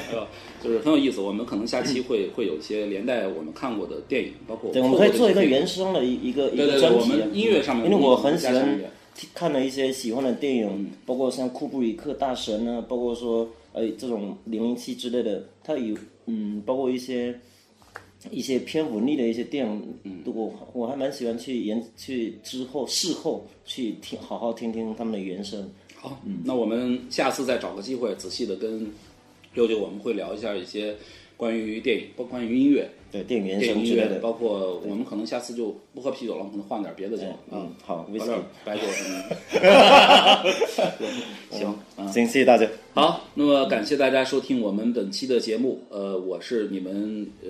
K: 就是很有意思。我们可能下期会会有一些连带我们看过的电影，包括
J: 对，我们
K: 错过
J: 可
K: 的
J: 以做一个
K: 电影
J: 原声的一一个一
K: 对
J: 个
K: 对
J: 专
K: 对，
J: 辑。
K: 我们音乐上面，
J: 因为我很喜
K: 加上
J: 欢
K: 音乐
J: 听看了一些喜欢的电
K: 嗯
J: 影，包括像库布里克大神啊，包括说呃这种零零七之类的，它有嗯，包括一些一些偏文艺的一些电
K: 嗯
J: 影，如果我还蛮喜欢去研去之后事后去听，好好听听他们的原声。
K: 好，
J: 嗯
K: 那我们下次再找个机会仔细的跟六九，我们会聊一下一些关于电影、包关于音乐、
J: 对电影原
K: 电
J: 声
K: 影
J: 之
K: 音
J: 类
K: 乐，
J: 的。
K: 包括我们可能下次就不喝啤酒了，我们可能换点别的酒啊
J: 嗯，，好，
K: 搞点白酒什么的对行，嗯
J: 行，谢谢大家。
K: 好，那么感谢大家收听我们本期的节目。呃，我是你们呃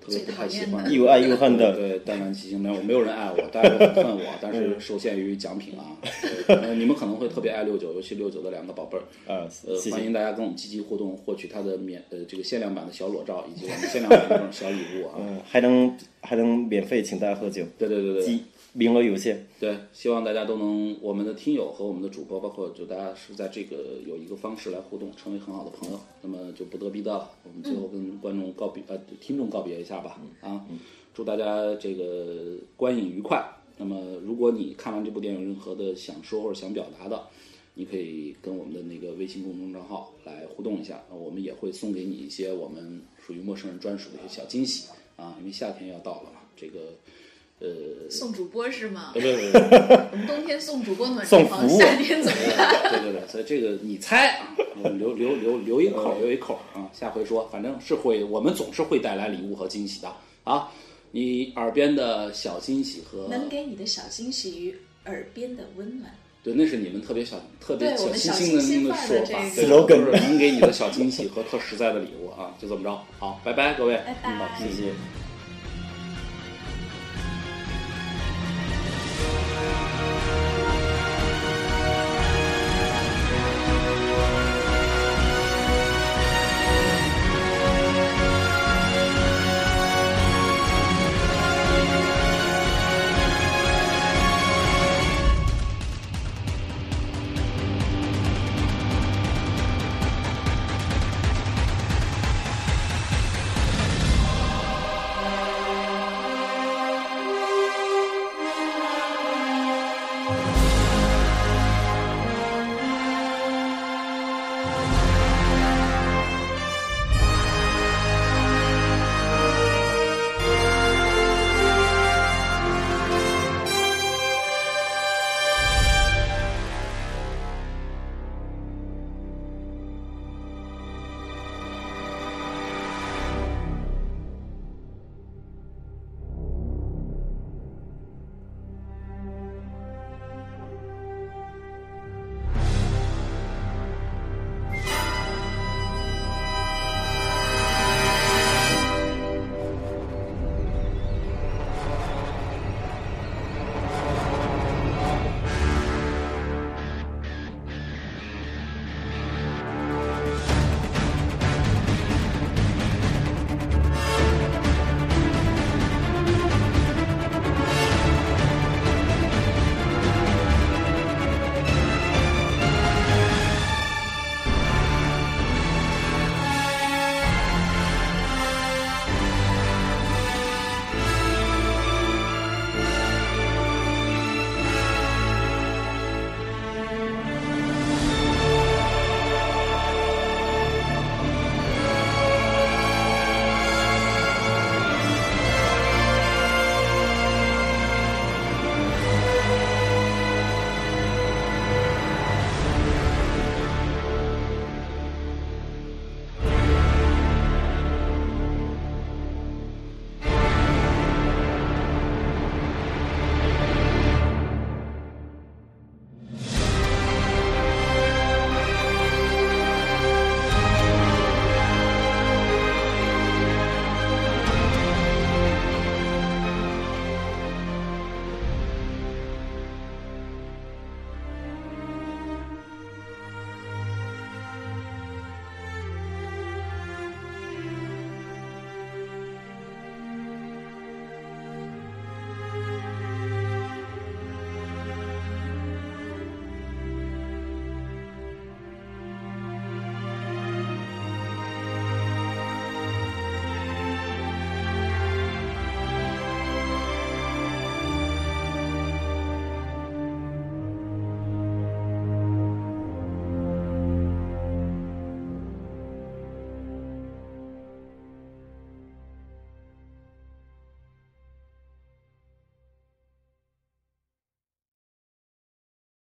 K: 特别不太喜欢
J: 又爱又恨的
K: 对淡然起行没有没有人爱我，大家都很恨我，但
J: 嗯
K: 是受限于奖品啊。 呃，你们可能会特别爱六九，尤其六九的两个宝贝儿。
J: 呃谢谢
K: 欢迎大家跟我们积极互动，获取他的免呃这个限量版的小裸照以及我们限量版的这种小礼物啊。
J: 嗯，还能还能免费请大家喝酒。
K: 对对对对
J: 机名额有限。
K: 对，希望大家都能，我们的听友和我们的主播，包括就大家是在这个有一个方式来互动，成为很好的朋友。那么就不得必到了，我们最后跟观众告别，呃，听众告别一下吧。啊，祝大家这个观影愉快。那么，如果你看完这部电影有任何的想说或者想表达的，你可以跟我们的那个微信公众账号来互动一下，我们也会送给你一些我们属于陌生人专属的一些小惊喜啊，因为夏天要到了嘛，这个呃，
I: 送主播是吗？
K: 不不不
I: 我们冬天送主播暖
K: 送
I: 床
K: 服
I: 房，
K: 务，
I: 夏天怎么办？
K: 对对对，所以这个你猜啊，我们留留留留一口，留一口啊，下回说，反正是会，我们总是会带来礼物和惊喜的啊。你耳边的小惊喜和
I: 能给你的小惊喜与耳边的温暖。
K: 对，那是你们特别小、特别
I: 对我
K: 小
I: 们
K: 清
I: 小
K: 新的
I: 清新
K: 那个
I: 范儿
K: 说
I: 的
K: 法，
I: 这
K: 对
I: 个
K: 就是能给你的小惊喜和特实在的礼物啊，就这么着。好，拜拜，各位，拜拜，谢
J: 谢。